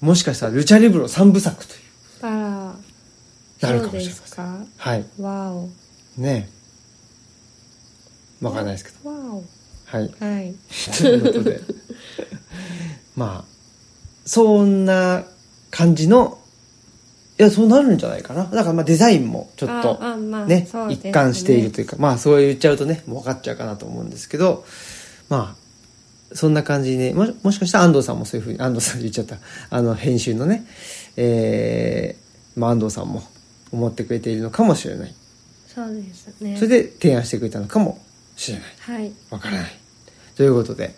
Speaker 1: もしかしたらルチャリブロ3部作という
Speaker 2: あ
Speaker 1: な
Speaker 2: ら
Speaker 1: るか
Speaker 2: そう
Speaker 1: も
Speaker 2: で
Speaker 1: しれません
Speaker 2: すか
Speaker 1: はい
Speaker 2: わお
Speaker 1: ねえわかんないですけど
Speaker 2: わお
Speaker 1: はい
Speaker 2: はい
Speaker 1: [LAUGHS] ということでまあそんな感じのいやそうなるんじゃないかなだからまあデザインもちょっと
Speaker 2: ああまあ
Speaker 1: ね
Speaker 2: そうですね
Speaker 1: 一貫しているというかまあそう言っちゃうとねもう分かっちゃうかなと思うんですけどまあそんな感じでももしかしたら安藤さんもそういうふうに安藤さん言っちゃったあの編集のねえーまあ安藤さんも思ってくれているのかもしれない
Speaker 2: そうですね
Speaker 1: それで提案してくれたのかもしれない
Speaker 2: はい
Speaker 1: わからない。ということで、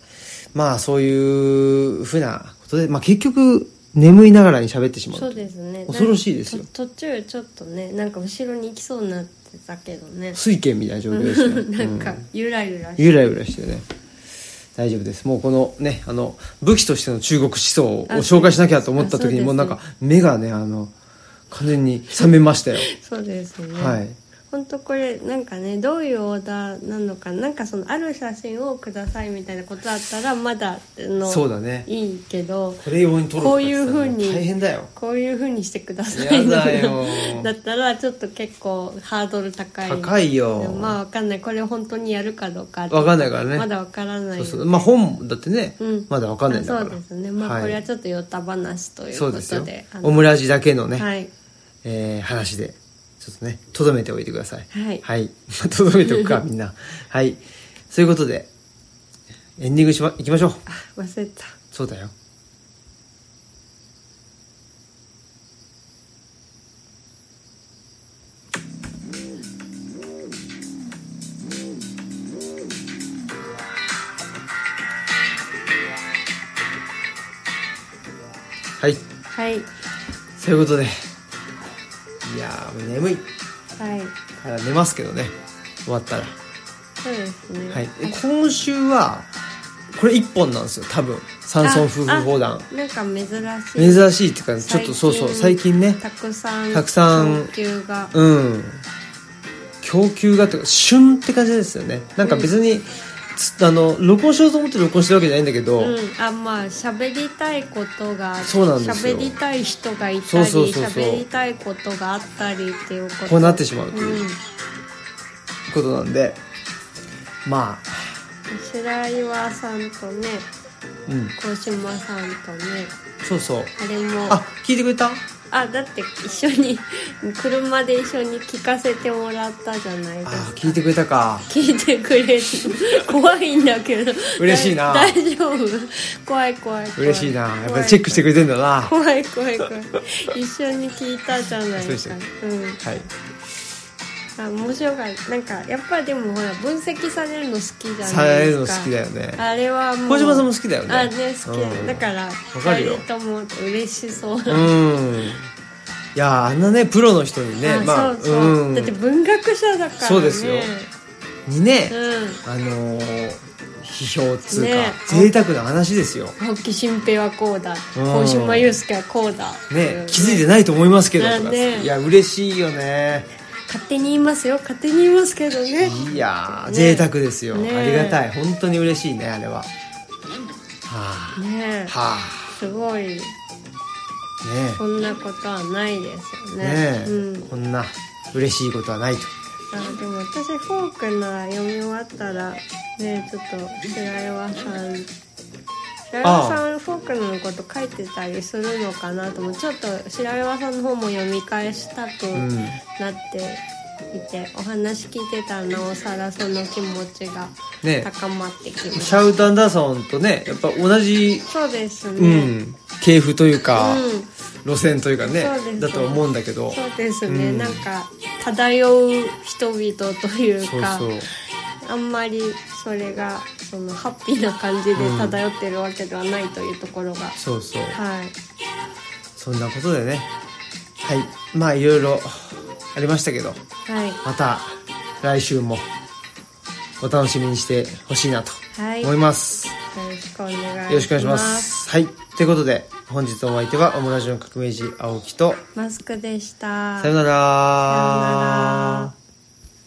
Speaker 1: まあそういうふうなことで、まあ結局眠いながらに喋ってしまうと。
Speaker 2: そうですね
Speaker 1: 恐ろしいですよ
Speaker 2: なんかと途中ちょっとねなんか後ろに行きそうになってたけどね
Speaker 1: 水拳みたいな状況ですね。
Speaker 2: [LAUGHS] なん
Speaker 1: う
Speaker 2: か
Speaker 1: ん
Speaker 2: ゆらゆらして
Speaker 1: ゆらゆらしてね。大丈夫です。もうこのね、あの、武器としての中国思想を
Speaker 2: あ
Speaker 1: 紹介しなきゃと思った時に、
Speaker 2: そうです
Speaker 1: もうなんか目がね、あの、完全に覚めましたよ。
Speaker 2: そうですね
Speaker 1: はい。
Speaker 2: 本当これなんかねどういうオーダーなのかなんかそのある写真をくださいみたいなことだったらまだあの
Speaker 1: そうだね。
Speaker 2: いいけど
Speaker 1: これ用に撮る
Speaker 2: こういう風に
Speaker 1: 大変だよ。
Speaker 2: こういうふうにしてくださ
Speaker 1: や
Speaker 2: い
Speaker 1: だよ
Speaker 2: [LAUGHS] だったらちょっと結構ハードル高い
Speaker 1: 高いよ
Speaker 2: でもまあわかんないこれ本当にやるかどうか
Speaker 1: わかんないからね
Speaker 2: まだわからない
Speaker 1: そうそう。まあ本だってね、
Speaker 2: うん
Speaker 1: まだわかんないんだから。
Speaker 2: あそうですねま
Speaker 1: い
Speaker 2: あこれはちょっとよた話という
Speaker 1: そ
Speaker 2: こ
Speaker 1: う
Speaker 2: と
Speaker 1: ですよ
Speaker 2: であの
Speaker 1: オムラジだけのね、
Speaker 2: はい
Speaker 1: えー話でちょっとねとどめておいてください
Speaker 2: はい
Speaker 1: はい、 [LAUGHS] とどめておく
Speaker 2: [LAUGHS]
Speaker 1: かみんなはいそういうことでエンディングしまいきましょう
Speaker 2: あ忘れた
Speaker 1: そうだよはい
Speaker 2: はい
Speaker 1: そういうことでいやーもう眠い
Speaker 2: はい
Speaker 1: から寝ますけどね終わったら、
Speaker 2: そうですね
Speaker 1: はい、今週はこれ1本なんですよ多分山村夫婦砲弾
Speaker 2: あなんか珍しい
Speaker 1: 珍しいっていうかちょっとそうそう最近ね
Speaker 2: たくさん
Speaker 1: たくさん
Speaker 2: 供給が
Speaker 1: うん供給がというか旬って感じですよねなんか別に、つあの録音しようと思って録音してるわけじゃないんだけど、
Speaker 2: うん、あまあ喋りたいことが
Speaker 1: そうなんですよ
Speaker 2: 喋りたい人がいたり
Speaker 1: そうそうそうそう
Speaker 2: 喋りたいことがあったりっていうこと
Speaker 1: こうなってしまうと
Speaker 2: う、
Speaker 1: いうんことなんで、ま
Speaker 2: 白岩さんとね
Speaker 1: あうん
Speaker 2: 小島さんとね
Speaker 1: そうそう
Speaker 2: あれも
Speaker 1: あ
Speaker 2: あ
Speaker 1: 聞いてくれた
Speaker 2: だって一緒に車で一緒に聞かせてもらったじゃないです
Speaker 1: あ
Speaker 2: か
Speaker 1: 聞いてくれたか
Speaker 2: 聞いてくれる怖いんだけど
Speaker 1: 嬉しいな
Speaker 2: だい大丈夫怖い怖い怖い
Speaker 1: 嬉しいなやっぱりチェックしてくれてんだな
Speaker 2: 怖い怖い怖い一緒に聞いたじゃない
Speaker 1: そうで
Speaker 2: で
Speaker 1: し
Speaker 2: す
Speaker 1: た
Speaker 2: か
Speaker 1: っ
Speaker 2: うん
Speaker 1: はい
Speaker 2: あ面白かったなんかやっぱでもほら分析されるの好きじゃ
Speaker 1: さ
Speaker 2: ない
Speaker 1: れ
Speaker 2: で
Speaker 1: るの
Speaker 2: す
Speaker 1: 好
Speaker 2: か
Speaker 1: きだよね
Speaker 2: あれはもう
Speaker 1: 小島さんも好きだよね
Speaker 2: あね好き、
Speaker 1: うん
Speaker 2: だから
Speaker 1: かるよ
Speaker 2: 二人とも嬉しそうな、
Speaker 1: うんいやあんなねプロの人にね
Speaker 2: あ
Speaker 1: まあ
Speaker 2: そうそう、
Speaker 1: ん
Speaker 2: だって文学者だからね
Speaker 1: そうですよにね、
Speaker 2: う
Speaker 1: あのー批評っつうか、
Speaker 2: ね
Speaker 1: 贅沢な話ですよ
Speaker 2: ん青木新平はこうだ
Speaker 1: うん
Speaker 2: 大島祐介はこうだ
Speaker 1: ね、気づい
Speaker 2: て
Speaker 1: てないと思いますけどとか、
Speaker 2: ね
Speaker 1: いや嬉しいよね
Speaker 2: 勝手に言いますよ勝手に言いますけどね
Speaker 1: いやー、
Speaker 2: ね
Speaker 1: 贅沢ですよ、
Speaker 2: ね
Speaker 1: ありがたい本当に嬉しいねあれははあ
Speaker 2: ね
Speaker 1: は
Speaker 2: すご
Speaker 1: あ
Speaker 2: い
Speaker 1: ね
Speaker 2: こんなことはないですよね
Speaker 1: ねえ、
Speaker 2: うん
Speaker 1: こんな嬉しいことはないと
Speaker 2: あでも私フォークなら読み終わったらねちょっと白岩さん白岩さんフォークナーのこと書いてたりするのかなと思ってちょっと白岩さんの方も読み返したく
Speaker 1: ん
Speaker 2: なっていて、お話聞いてたらなおさらその気持ちが
Speaker 1: ね
Speaker 2: 高まってきまし
Speaker 1: シ
Speaker 2: た、
Speaker 1: ャウト・アンダーソンとねやっぱ同じ、
Speaker 2: そうです
Speaker 1: う
Speaker 2: ね
Speaker 1: ん、系譜というか、
Speaker 2: うん
Speaker 1: 路線というかね
Speaker 2: そうですね
Speaker 1: だと思うんだけど
Speaker 2: そうですね、
Speaker 1: うん
Speaker 2: なんか漂う人々という
Speaker 1: そう
Speaker 2: か
Speaker 1: そう
Speaker 2: あんまりそれがそのハッピーな感じで漂ってるわけではないというところが、
Speaker 1: そうそう
Speaker 2: はい
Speaker 1: そんなことでねはいまあいろいろありましたけど
Speaker 2: はい
Speaker 1: また来週もお楽しみにしてほしいなと
Speaker 2: はい
Speaker 1: 思います、
Speaker 2: よろしくお願いします
Speaker 1: よろしくお願いしますはいということで本日のお相手はオムラジオの革命児青木と
Speaker 2: マスクでした
Speaker 1: さよなら
Speaker 2: さよなら